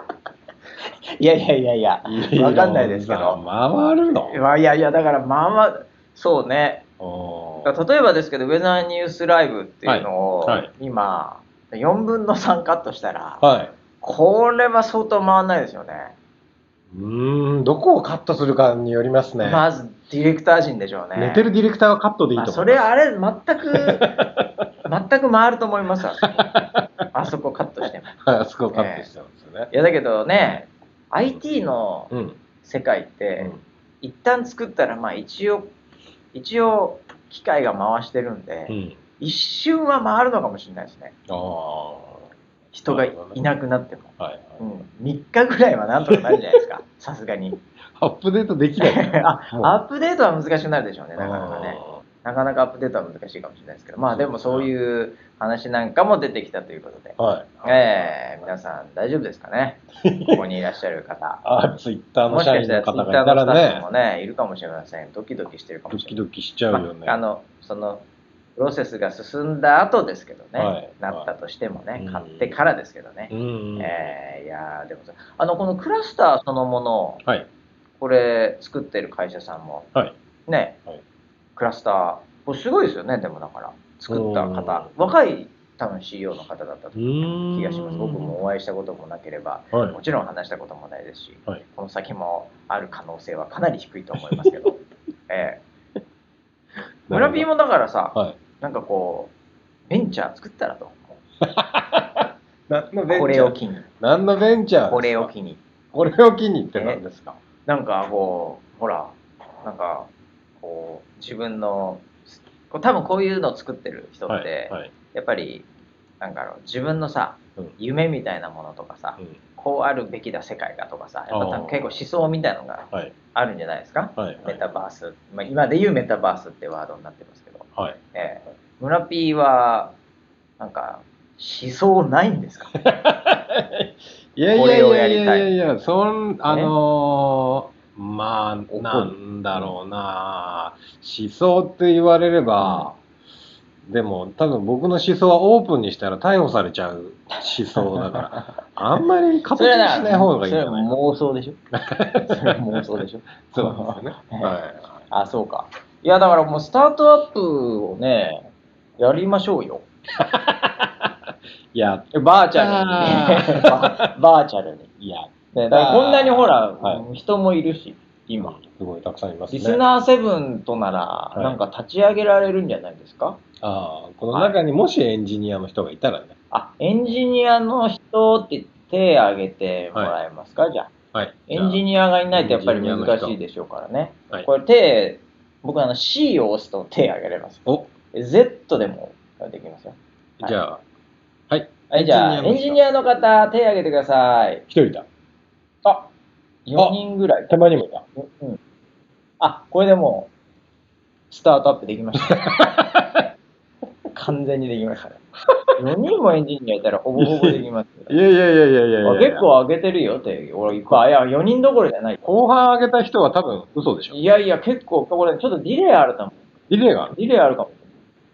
[SPEAKER 1] いやいやいやいや、 わかんないですけど。
[SPEAKER 2] 回るの
[SPEAKER 1] まあいやいや、だから回る、そうね、
[SPEAKER 2] おー
[SPEAKER 1] 例えばですけど、ウェザーニュースライブっていうのを、
[SPEAKER 2] はいはい
[SPEAKER 1] 今、4分の3カットしたら、
[SPEAKER 2] はい。
[SPEAKER 1] これは相当回らないですよね。
[SPEAKER 2] うーん、どこをカットするかによりますね。
[SPEAKER 1] まず、ディレクター陣でしょうね。
[SPEAKER 2] 寝てるディレクターはカットでいいと
[SPEAKER 1] あ
[SPEAKER 2] 思う。
[SPEAKER 1] それ、あれ、全く、 全く回ると思います、あそこあそこカットしても。
[SPEAKER 2] はい、あそこをカットしてたんですよね。
[SPEAKER 1] いや、だけどね、IT の
[SPEAKER 2] うん。
[SPEAKER 1] 世界って、一旦作ったら、まあ、一応、一応、機械が回してるんで、
[SPEAKER 2] うん。
[SPEAKER 1] 一瞬は回るのかもしれないですね。
[SPEAKER 2] ああ。
[SPEAKER 1] 人がいなくなっても。
[SPEAKER 2] はい、は
[SPEAKER 1] う
[SPEAKER 2] い。
[SPEAKER 1] ん、3日ぐらいはなんとかなるじゃないです か、さすがに。
[SPEAKER 2] アップデートできない。
[SPEAKER 1] あ
[SPEAKER 2] もう
[SPEAKER 1] アップデートは難しくなるでしょう ね、なかなかね。
[SPEAKER 2] あ
[SPEAKER 1] なかなかアップデートは難しいかもしれないですけど、まあでもそういう話なんかも出てきたということで、
[SPEAKER 2] ーはい。
[SPEAKER 1] えー皆さん大丈夫ですかね、ここにいらっしゃる方。
[SPEAKER 2] あ、ツイッター
[SPEAKER 1] も
[SPEAKER 2] の
[SPEAKER 1] しかし
[SPEAKER 2] 社員
[SPEAKER 1] た
[SPEAKER 2] の
[SPEAKER 1] らツイッ
[SPEAKER 2] 方がい
[SPEAKER 1] ター
[SPEAKER 2] た
[SPEAKER 1] の
[SPEAKER 2] ら
[SPEAKER 1] スタッフ
[SPEAKER 2] ね、
[SPEAKER 1] もね、いるかもしれません。ドキドキしてるかも
[SPEAKER 2] ド
[SPEAKER 1] し
[SPEAKER 2] キ
[SPEAKER 1] れない。
[SPEAKER 2] ドキしちゃうよね。
[SPEAKER 1] まああのそのプロセスが進んだ後ですけどね、
[SPEAKER 2] はい
[SPEAKER 1] なったとしてもね、
[SPEAKER 2] はい
[SPEAKER 1] 買ってからですけどね。
[SPEAKER 2] うんうん。
[SPEAKER 1] えーいやーでもさあのこのクラスターそのもの
[SPEAKER 2] はい。
[SPEAKER 1] これ作ってる会社さんも、
[SPEAKER 2] はい
[SPEAKER 1] ね、
[SPEAKER 2] はい
[SPEAKER 1] クラスターこれすごいですよねでもだから作った方
[SPEAKER 2] うん
[SPEAKER 1] 若い多分 CEO の方だったと
[SPEAKER 2] うん。
[SPEAKER 1] 気がします僕もお会いしたこともなければ
[SPEAKER 2] はい。
[SPEAKER 1] もちろん話したこともないですし、
[SPEAKER 2] はい
[SPEAKER 1] この先もある可能性はかなり低いと思いますけ ど、えー、村 P もだからさ、
[SPEAKER 2] はい
[SPEAKER 1] なんかこうベンチャー作ったらと思う
[SPEAKER 2] 何のベンチャー
[SPEAKER 1] これを機に
[SPEAKER 2] 何のベンチャーですか
[SPEAKER 1] これを機に
[SPEAKER 2] これを機にって何ですか
[SPEAKER 1] なんかこうほらなんかこう自分のこう多分こういうのを作ってる人って、
[SPEAKER 2] はい。はい。
[SPEAKER 1] やっぱりなんかあの自分のさ、
[SPEAKER 2] うん
[SPEAKER 1] 夢みたいなものとかさ、
[SPEAKER 2] うん
[SPEAKER 1] こうあるべきだ世界がとかさやっぱ多分
[SPEAKER 2] あー
[SPEAKER 1] 結構思想みたいのが
[SPEAKER 2] はい。
[SPEAKER 1] あるんじゃないですか
[SPEAKER 2] はい。は
[SPEAKER 1] メ
[SPEAKER 2] い
[SPEAKER 1] タバース、まあ、今で言うメタバースってワードになってますけど、
[SPEAKER 2] はい。
[SPEAKER 1] ええ村 P はなんか思想ないんですか
[SPEAKER 2] いやい
[SPEAKER 1] こ
[SPEAKER 2] や
[SPEAKER 1] れ
[SPEAKER 2] い
[SPEAKER 1] を
[SPEAKER 2] やい
[SPEAKER 1] やりた
[SPEAKER 2] や
[SPEAKER 1] い
[SPEAKER 2] いやいや、そん、あのーまあ、
[SPEAKER 1] る
[SPEAKER 2] なんだろうな、思想って言われれば、でも多分僕の思想はオープンにしたら逮捕されちゃう思想だ から、あんまり形にしない方がいいんじゃない
[SPEAKER 1] 妄想 でしょそれは妄想でしょ
[SPEAKER 2] そうなんですよね。
[SPEAKER 1] は
[SPEAKER 2] は
[SPEAKER 1] あ、そうか。いや、だからもうスタートアップをね、やりましょうよ。
[SPEAKER 2] い。いや、
[SPEAKER 1] バーチャルに、ね、バ バーチャルに。
[SPEAKER 2] いや、
[SPEAKER 1] ね、だからこんなにほら、
[SPEAKER 2] は
[SPEAKER 1] 人もいるし、今
[SPEAKER 2] 今。、すごいたくさんいますね。
[SPEAKER 1] リスナーセブンとなら、
[SPEAKER 2] い
[SPEAKER 1] なんか立ち上げられるんじゃないですか
[SPEAKER 2] ああ、この中にもしエンジニアの人がいたらね。
[SPEAKER 1] あ、エンジニアの人って手挙げてもらえますか、じゃあ。
[SPEAKER 2] はい。
[SPEAKER 1] エンジ
[SPEAKER 2] ニ
[SPEAKER 1] ニアがいないとやっぱり難しいでしょうからね。
[SPEAKER 2] ア。はい。
[SPEAKER 1] これ手、僕あの C を押すと手挙げれます。
[SPEAKER 2] お、
[SPEAKER 1] Z でもできますよ。
[SPEAKER 2] じゃあ、
[SPEAKER 1] はい、じゃあ、エ
[SPEAKER 2] エ
[SPEAKER 1] ン
[SPEAKER 2] ン
[SPEAKER 1] ジ
[SPEAKER 2] ジ
[SPEAKER 1] ニ
[SPEAKER 2] ニ
[SPEAKER 1] アの方、手挙げてください。
[SPEAKER 2] 一人だ。
[SPEAKER 1] あ、4人ぐらい。
[SPEAKER 2] 手前にもいた。
[SPEAKER 1] うん。あ、これでもう、スタートアップできました。完全にできましたね。4人もエンジニアいたら、ほぼほぼできますよ。
[SPEAKER 2] いやいやいやいやいやいや
[SPEAKER 1] あ結構上げてるよ、手。俺、いっぱい。いや、4人どころじゃない。
[SPEAKER 2] 後半上げた人は多分嘘でしょ。
[SPEAKER 1] いやいや、結構、これ、ちょっとディレイあると思う。
[SPEAKER 2] リレーがある
[SPEAKER 1] ディレイあるかも。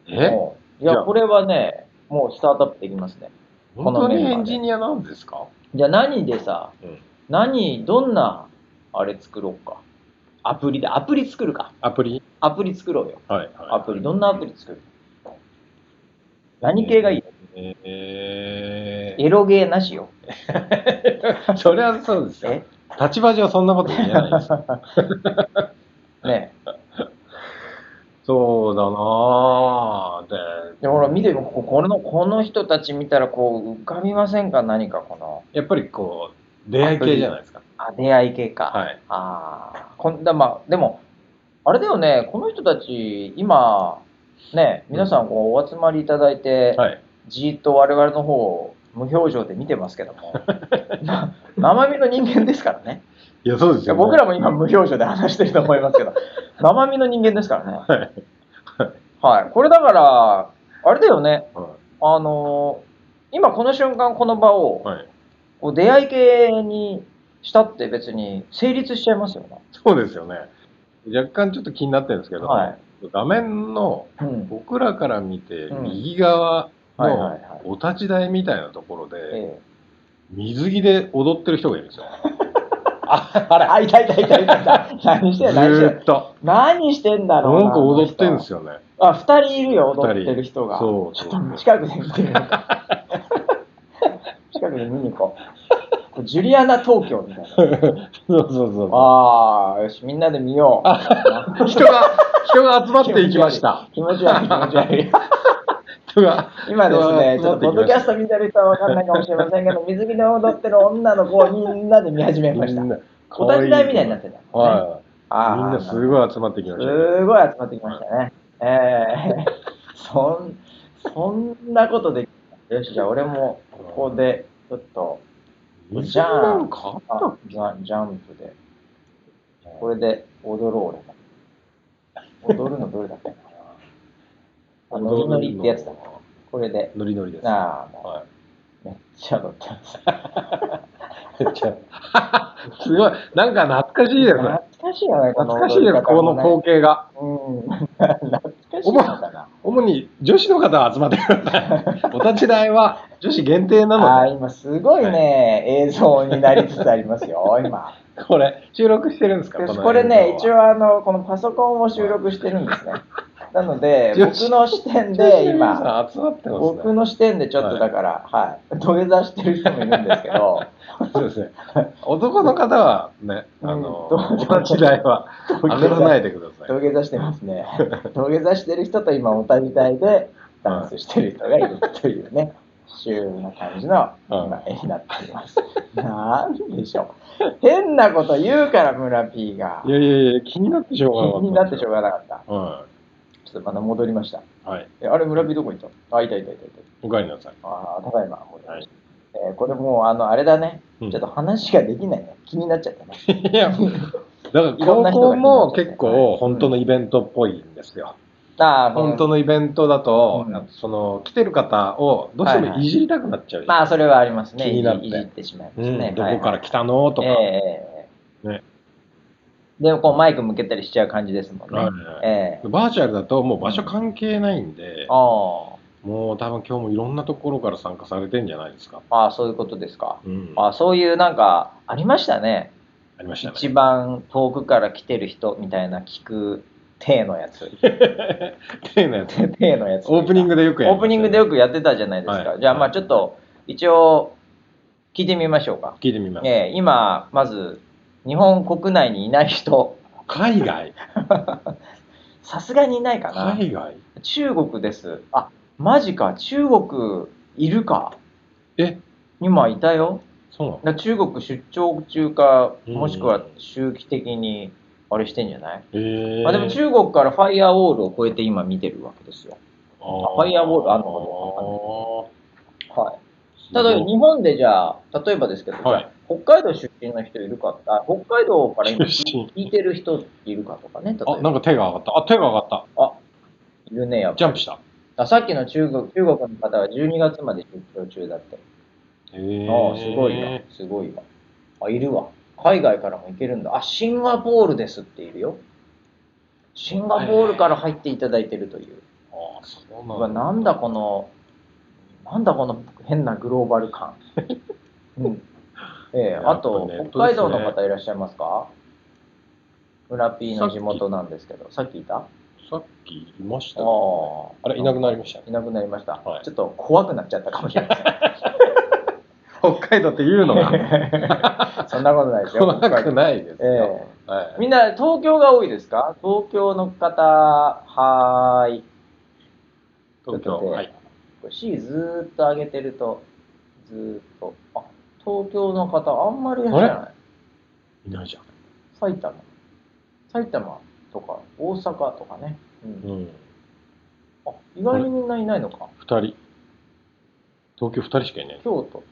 [SPEAKER 2] え
[SPEAKER 1] もういや、これはね、もうスタートアップできますね。こ
[SPEAKER 2] 本
[SPEAKER 1] の
[SPEAKER 2] 当
[SPEAKER 1] メンバーで
[SPEAKER 2] にエンジニアなんですか
[SPEAKER 1] じゃあ何でさ、
[SPEAKER 2] うん
[SPEAKER 1] 何、どんなあれ作ろうか。アプリで、アプリ作るか。
[SPEAKER 2] アプリ
[SPEAKER 1] アプリ作ろうよ。
[SPEAKER 2] はい、はい。
[SPEAKER 1] アプリ、どんなアプリ作る何系がいい
[SPEAKER 2] えー、
[SPEAKER 1] エロゲーなしよ。
[SPEAKER 2] そりゃそうですよ
[SPEAKER 1] え。
[SPEAKER 2] 立場上そんなこと言えない です。
[SPEAKER 1] ね
[SPEAKER 2] そうだなぁ。で、
[SPEAKER 1] で、ほら、見てこここの、この人たち見たら、こう、浮かびませんか何かこの、
[SPEAKER 2] やっぱりこう、出会い系じゃないですか。
[SPEAKER 1] あ、出会い系か。
[SPEAKER 2] はい。
[SPEAKER 1] ああ、こんだ、まあ、でも、あれだよね、この人たち、今、ね、皆さんこうお集まりいただいて、
[SPEAKER 2] はい。
[SPEAKER 1] じーっと我々の方を無表情で見てますけど も、な生身の人間ですからね。
[SPEAKER 2] いや、そうですよ、ね。
[SPEAKER 1] 僕らも今無表情で話してると思い ますけど、生身の人間ですからね。はい。これだから、あれだよね、
[SPEAKER 2] は
[SPEAKER 1] あのー今この瞬間この場
[SPEAKER 2] い。
[SPEAKER 1] を
[SPEAKER 2] はい。
[SPEAKER 1] こう出会い系にしたって別に成立しちゃいますよね。
[SPEAKER 2] そうですよね。若干ちょっと気になってるんですけど、
[SPEAKER 1] はい。
[SPEAKER 2] 画面の
[SPEAKER 1] うん。
[SPEAKER 2] 僕らから見て
[SPEAKER 1] うん
[SPEAKER 2] 右側
[SPEAKER 1] はいはいはい
[SPEAKER 2] のお立ち台みたいなところで、
[SPEAKER 1] え
[SPEAKER 2] 水着で踊ってる人がいるんですよ。
[SPEAKER 1] え、あれ あ、いたいたいたいたいた。何し
[SPEAKER 2] ず
[SPEAKER 1] てん何して
[SPEAKER 2] ー
[SPEAKER 1] ん
[SPEAKER 2] っと。
[SPEAKER 1] 何してんだ
[SPEAKER 2] な
[SPEAKER 1] ろうな。。
[SPEAKER 2] んか踊ってるんですすよね。
[SPEAKER 1] あ、二人いるよ、
[SPEAKER 2] 二人
[SPEAKER 1] 踊ってる人が。
[SPEAKER 2] そう
[SPEAKER 1] ち
[SPEAKER 2] そ
[SPEAKER 1] ょ
[SPEAKER 2] う
[SPEAKER 1] っと近くで見てみようか。 近くで見に行こう。これジュリアナ東京みたいな。
[SPEAKER 2] そうそうそ
[SPEAKER 1] ああ、よし、みんなで見よ う。
[SPEAKER 2] う。人が、人が集まっていきました。
[SPEAKER 1] 気持ち悪い、気持ち悪い。
[SPEAKER 2] 人が。
[SPEAKER 1] 今です ね、ち
[SPEAKER 2] 人
[SPEAKER 1] ょ
[SPEAKER 2] が
[SPEAKER 1] っ
[SPEAKER 2] 集
[SPEAKER 1] とポッ
[SPEAKER 2] ま
[SPEAKER 1] ド
[SPEAKER 2] って
[SPEAKER 1] キャス
[SPEAKER 2] いきました
[SPEAKER 1] ト見てる人はわかんないかもしれませんけど、水着で踊ってる女の子をみんなで見始めました。
[SPEAKER 2] みんな
[SPEAKER 1] お立ち台みたいになってたんですね。
[SPEAKER 2] はい。
[SPEAKER 1] あー
[SPEAKER 2] みんなすごい集まってきましたね。
[SPEAKER 1] すごい集まってきましたね。ええ そん、そんなことできないよし、じゃあ俺も、ここで、ちょっと、
[SPEAKER 2] 水なんかあった
[SPEAKER 1] あジャジャンプで、これで踊ろう俺。踊るのどれだったか な。あ、ノリノリってやつだ。これで、
[SPEAKER 2] ノリノリです。は
[SPEAKER 1] なあ、もうめっちゃ踊ってます。
[SPEAKER 2] い。めっちゃ。 すごい。なんか懐かしいですね。
[SPEAKER 1] 懐かしいよね、 この
[SPEAKER 2] 懐かしいです、この光景が。
[SPEAKER 1] うん、懐かしいのかな。
[SPEAKER 2] 主に女子の方が集まってください。お立ち台は女子限定な
[SPEAKER 1] あ
[SPEAKER 2] の
[SPEAKER 1] ー今すごいね、映像になりつつありますよ、今。
[SPEAKER 2] で、これ、収録してるんですか
[SPEAKER 1] で
[SPEAKER 2] この
[SPEAKER 1] これね、一
[SPEAKER 2] 映像は
[SPEAKER 1] 応あの、このパソコンを収録してるんです ね。なので、
[SPEAKER 2] よ
[SPEAKER 1] 僕
[SPEAKER 2] し
[SPEAKER 1] の視点で今、
[SPEAKER 2] 皆さん集まってますね。
[SPEAKER 1] 僕の視点でちょっとだから、はい、土下座してる人もいるんですけど、
[SPEAKER 2] そうですね。男の方はね、あの、
[SPEAKER 1] うん
[SPEAKER 2] お立ち台は、
[SPEAKER 1] 土
[SPEAKER 2] あめらな
[SPEAKER 1] 座
[SPEAKER 2] いでください。
[SPEAKER 1] 土下座してますね。土下座してる人と今、おたじ台でダンスしてる人がいるというね、シュールな感じの今絵になっています。なんでしょう。変なこと言うから、村 P が
[SPEAKER 2] い。やいやいや、気になってしょうがなかっ
[SPEAKER 1] 気
[SPEAKER 2] た。
[SPEAKER 1] になってしょうがなかった。
[SPEAKER 2] うが
[SPEAKER 1] ちょっとまた戻りました。
[SPEAKER 2] はい。はい。
[SPEAKER 1] えあれ、村 P どこ行ったあ、いたいたいたいた。
[SPEAKER 2] おかえ りなさい。
[SPEAKER 1] ああ、ただいま、もう、
[SPEAKER 2] はい
[SPEAKER 1] えーこれもう、あの、あれだね、
[SPEAKER 2] うん
[SPEAKER 1] ちょっと話ができないね。気になっちゃったね。
[SPEAKER 2] いや、だか
[SPEAKER 1] いろ
[SPEAKER 2] ら
[SPEAKER 1] ん
[SPEAKER 2] 高
[SPEAKER 1] な人がいる
[SPEAKER 2] 校も
[SPEAKER 1] んですね
[SPEAKER 2] 結構本当のイベントっぽいんですよ。
[SPEAKER 1] ああ、
[SPEAKER 2] 本当
[SPEAKER 1] の。
[SPEAKER 2] のイベントだと、
[SPEAKER 1] うん
[SPEAKER 2] その来てる方をどうして
[SPEAKER 1] はいは
[SPEAKER 2] も
[SPEAKER 1] い
[SPEAKER 2] いじりたくなっちゃう、
[SPEAKER 1] まあ、それはありますね。
[SPEAKER 2] 気になって
[SPEAKER 1] いじいじってしまいます
[SPEAKER 2] う
[SPEAKER 1] ね。
[SPEAKER 2] ん、どこから来たの
[SPEAKER 1] と
[SPEAKER 2] とか、
[SPEAKER 1] ええええ
[SPEAKER 2] ね
[SPEAKER 1] でも、こう、マイク向けたりしちゃう感じですもんね。
[SPEAKER 2] はい
[SPEAKER 1] ええ
[SPEAKER 2] バーチャルだともう場所関係ないんで、
[SPEAKER 1] あ
[SPEAKER 2] もう多分今日もいろんなところから参加されてんじゃないですか。
[SPEAKER 1] あ、ああ、そういうことですか。
[SPEAKER 2] うん、
[SPEAKER 1] ああ、そういう、なんか、ありましたね。
[SPEAKER 2] ありました
[SPEAKER 1] 一
[SPEAKER 2] ね。
[SPEAKER 1] 番遠くから来てる人みたいな聞く、体のや つ。
[SPEAKER 2] 丁寧なやつ
[SPEAKER 1] 体のやつ。
[SPEAKER 2] オープニングでよくや
[SPEAKER 1] オープニングでよ
[SPEAKER 2] く
[SPEAKER 1] くやってたじゃないですか。
[SPEAKER 2] はい
[SPEAKER 1] じゃあ、まあちょっと、一応、聞いてみましょうか。
[SPEAKER 2] 聞いてみます。
[SPEAKER 1] ええ今、まず、日本国内にいない人、
[SPEAKER 2] 海外
[SPEAKER 1] さすがにいないかな。
[SPEAKER 2] 海外
[SPEAKER 1] 中国です。あ、マジか。中国、いるか。
[SPEAKER 2] え
[SPEAKER 1] 今、いたよ。
[SPEAKER 2] そうなの
[SPEAKER 1] だ中国出張中か、
[SPEAKER 2] うん
[SPEAKER 1] もしくは周期的に、あれしてんじゃない、
[SPEAKER 2] えー、
[SPEAKER 1] まあでも中国からファイアウォールを越えて今見てるわけですよ。
[SPEAKER 2] あ
[SPEAKER 1] ファイアウォールあんのか
[SPEAKER 2] の
[SPEAKER 1] はい。ただ、日本でじゃあ、例えばですけど、
[SPEAKER 2] はい
[SPEAKER 1] 北海道出身の人いるかってあ北海道から今
[SPEAKER 2] 出身
[SPEAKER 1] 聞いてる人いるかとかね、例えば
[SPEAKER 2] あ、なんか手が上がった。あ、手が上がった。
[SPEAKER 1] いるね、やっ
[SPEAKER 2] ジ
[SPEAKER 1] ぱ
[SPEAKER 2] ャンプした。
[SPEAKER 1] あさっきの中国中国の方は12月まで出張中だって。
[SPEAKER 2] へえ
[SPEAKER 1] ああ、すごいわ、すごいわ。あ、いるわ。海外からも行けるんだ。あ、シンガポールですっているよ。シンガポールから入っていただいてるという。
[SPEAKER 2] ああ、そう
[SPEAKER 1] うわ
[SPEAKER 2] なんだ。
[SPEAKER 1] なんだこの、なんだこの変なグローバル 感。うん。ええ
[SPEAKER 2] やっぱ
[SPEAKER 1] あと、
[SPEAKER 2] ネット
[SPEAKER 1] 北
[SPEAKER 2] で
[SPEAKER 1] 海
[SPEAKER 2] すね
[SPEAKER 1] 道の方いらっしゃいますか村 P の地元なんですけど、さっきいたあ
[SPEAKER 2] さっきいました、
[SPEAKER 1] あ。
[SPEAKER 2] あれいなくなりましたね
[SPEAKER 1] いなくなりました。
[SPEAKER 2] はい
[SPEAKER 1] ちょっと怖くなっちゃったかもしれません。
[SPEAKER 2] 北海道って言うのが
[SPEAKER 1] そんなことないですよ。
[SPEAKER 2] 怖くないです
[SPEAKER 1] え
[SPEAKER 2] よ。
[SPEAKER 1] え
[SPEAKER 2] はい
[SPEAKER 1] みんな東京が多いですか東京の方、はーい。
[SPEAKER 2] 東
[SPEAKER 1] ちょっと
[SPEAKER 2] 京。
[SPEAKER 1] ね
[SPEAKER 2] はい。
[SPEAKER 1] これ C ずーっと上げてると、ずーっと。あ、東京の方あんまりいらっしゃらない。
[SPEAKER 2] いないじゃん。
[SPEAKER 1] 埼玉。埼玉とか大阪とかね。うん。
[SPEAKER 2] うん。
[SPEAKER 1] あ、意外にみんないないのか。
[SPEAKER 2] 二人。東京二人しかいない。
[SPEAKER 1] 京都。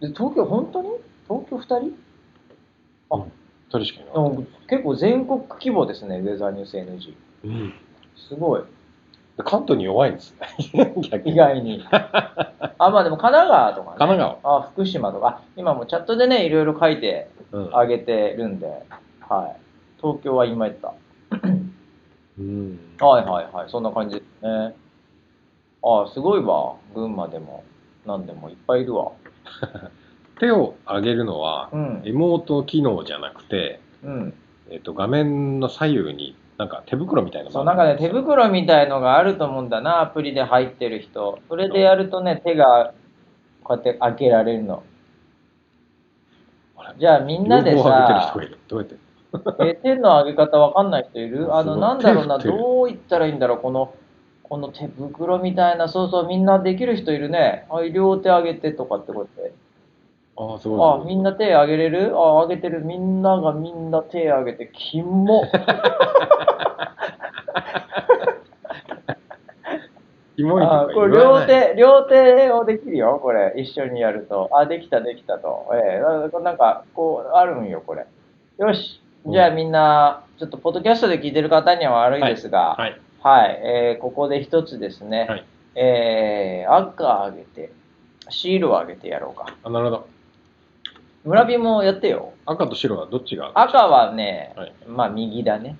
[SPEAKER 1] で、東京本当に東京二人
[SPEAKER 2] 二人しかいない。
[SPEAKER 1] あ結構全国規模ですね、ウェザーニュース NG。
[SPEAKER 2] うん。
[SPEAKER 1] すごい。
[SPEAKER 2] 関東に弱いんですね。逆
[SPEAKER 1] 意
[SPEAKER 2] に。神
[SPEAKER 1] 外に。あ、まあでも神奈川とかね。
[SPEAKER 2] 奈川。
[SPEAKER 1] あ福島とか、あ今もチャットでね、いろいろ書いて
[SPEAKER 2] うん
[SPEAKER 1] あげてるんで、はい。東京は今言った。
[SPEAKER 2] うん。
[SPEAKER 1] はいはいはい、そんな感じですね。あすごいわ。群馬でも、なんでもいっぱいいるわ。
[SPEAKER 2] 手を上げるのは、
[SPEAKER 1] うん。
[SPEAKER 2] リモート機能じゃなくて、
[SPEAKER 1] うん。
[SPEAKER 2] えっと、画面の左右に、なんか手袋みたいな
[SPEAKER 1] そう、な
[SPEAKER 2] の
[SPEAKER 1] ん
[SPEAKER 2] が
[SPEAKER 1] か
[SPEAKER 2] ある
[SPEAKER 1] ね、
[SPEAKER 2] です
[SPEAKER 1] 手
[SPEAKER 2] よ
[SPEAKER 1] 袋みたいのがあると思うんだな、アプリで入ってる人。それでやるとね、手が、こうやって開けられるの。
[SPEAKER 2] あれ
[SPEAKER 1] じゃあみんなで
[SPEAKER 2] 両方上げてる
[SPEAKER 1] さ
[SPEAKER 2] 人、がいる。どうやって
[SPEAKER 1] え手の上げ方わかんない人いるあ
[SPEAKER 2] す
[SPEAKER 1] の、
[SPEAKER 2] ごい
[SPEAKER 1] なんだろうな、
[SPEAKER 2] 手振ってる
[SPEAKER 1] どう言ったらいいんだろう、この、この手袋みたいな、そうそう、みんなできる人いるね。はい、両手上げてとかってこうやって。
[SPEAKER 2] ああ、すごいすごい。
[SPEAKER 1] あ、みんな手上げれるあ、上げてる。みんなが みんな手上げて、キモ。
[SPEAKER 2] キモいと
[SPEAKER 1] あ
[SPEAKER 2] か
[SPEAKER 1] ー
[SPEAKER 2] 言
[SPEAKER 1] こ
[SPEAKER 2] わ
[SPEAKER 1] れ
[SPEAKER 2] な
[SPEAKER 1] 両手、
[SPEAKER 2] い。
[SPEAKER 1] 両手をできるよ、これ。一緒にやると。あ、できた、できたと。ええなんかなんか、こう、あるんよ、これ。よし。じゃあみんな、ちょっと、ポッドキャストで聞いてる方には悪いですが、はい、
[SPEAKER 2] はい。
[SPEAKER 1] えーここで一つですね、
[SPEAKER 2] はい
[SPEAKER 1] えー、赤あげて、シールをあげてやろうか。
[SPEAKER 2] あ、なるほど。
[SPEAKER 1] 村人もやってよ。
[SPEAKER 2] 赤と白はどっちが
[SPEAKER 1] 赤はね、
[SPEAKER 2] はい
[SPEAKER 1] まあ右だね。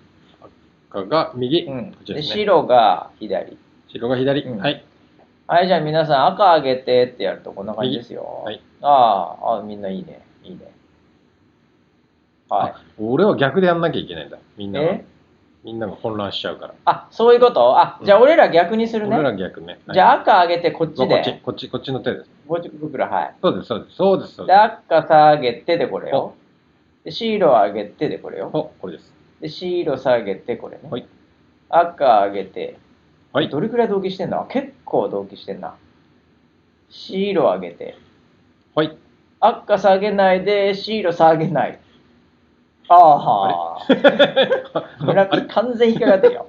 [SPEAKER 2] 赤が右、
[SPEAKER 1] うん。
[SPEAKER 2] こっち
[SPEAKER 1] で、
[SPEAKER 2] ですね
[SPEAKER 1] 白が左。
[SPEAKER 2] 白が左、
[SPEAKER 1] うん
[SPEAKER 2] はい。
[SPEAKER 1] はい、じゃあ皆さん赤あげてってやるとこんな感じですよ。
[SPEAKER 2] はい
[SPEAKER 1] ああ、ああみんないいね。いいね。はい。
[SPEAKER 2] あ、俺は逆でやんなきゃいけないんだ。みんなが
[SPEAKER 1] え。
[SPEAKER 2] みんなが混乱しちゃうから。
[SPEAKER 1] あ、そういうことあ、じゃあ俺ら逆にするね。
[SPEAKER 2] 俺ら逆ね。はい
[SPEAKER 1] じゃあ赤あげてこっ
[SPEAKER 2] こ
[SPEAKER 1] ち
[SPEAKER 2] っち、
[SPEAKER 1] で。
[SPEAKER 2] こっち、こっちの手です。
[SPEAKER 1] ぼち袋、はい。
[SPEAKER 2] そうです、そうです、そうです、そう
[SPEAKER 1] で、
[SPEAKER 2] です。
[SPEAKER 1] 赤下げてでこれよ。で、白上げてでこれよ。
[SPEAKER 2] お、これです。
[SPEAKER 1] で、白下げてこれね。
[SPEAKER 2] はい
[SPEAKER 1] 赤上げて。
[SPEAKER 2] はい。
[SPEAKER 1] どれくらい同期してんだ結構同期してんな。白上げて。
[SPEAKER 2] はい。
[SPEAKER 1] 赤下げないで、シール下げない。ああ。 村上完全引っかかってる よ。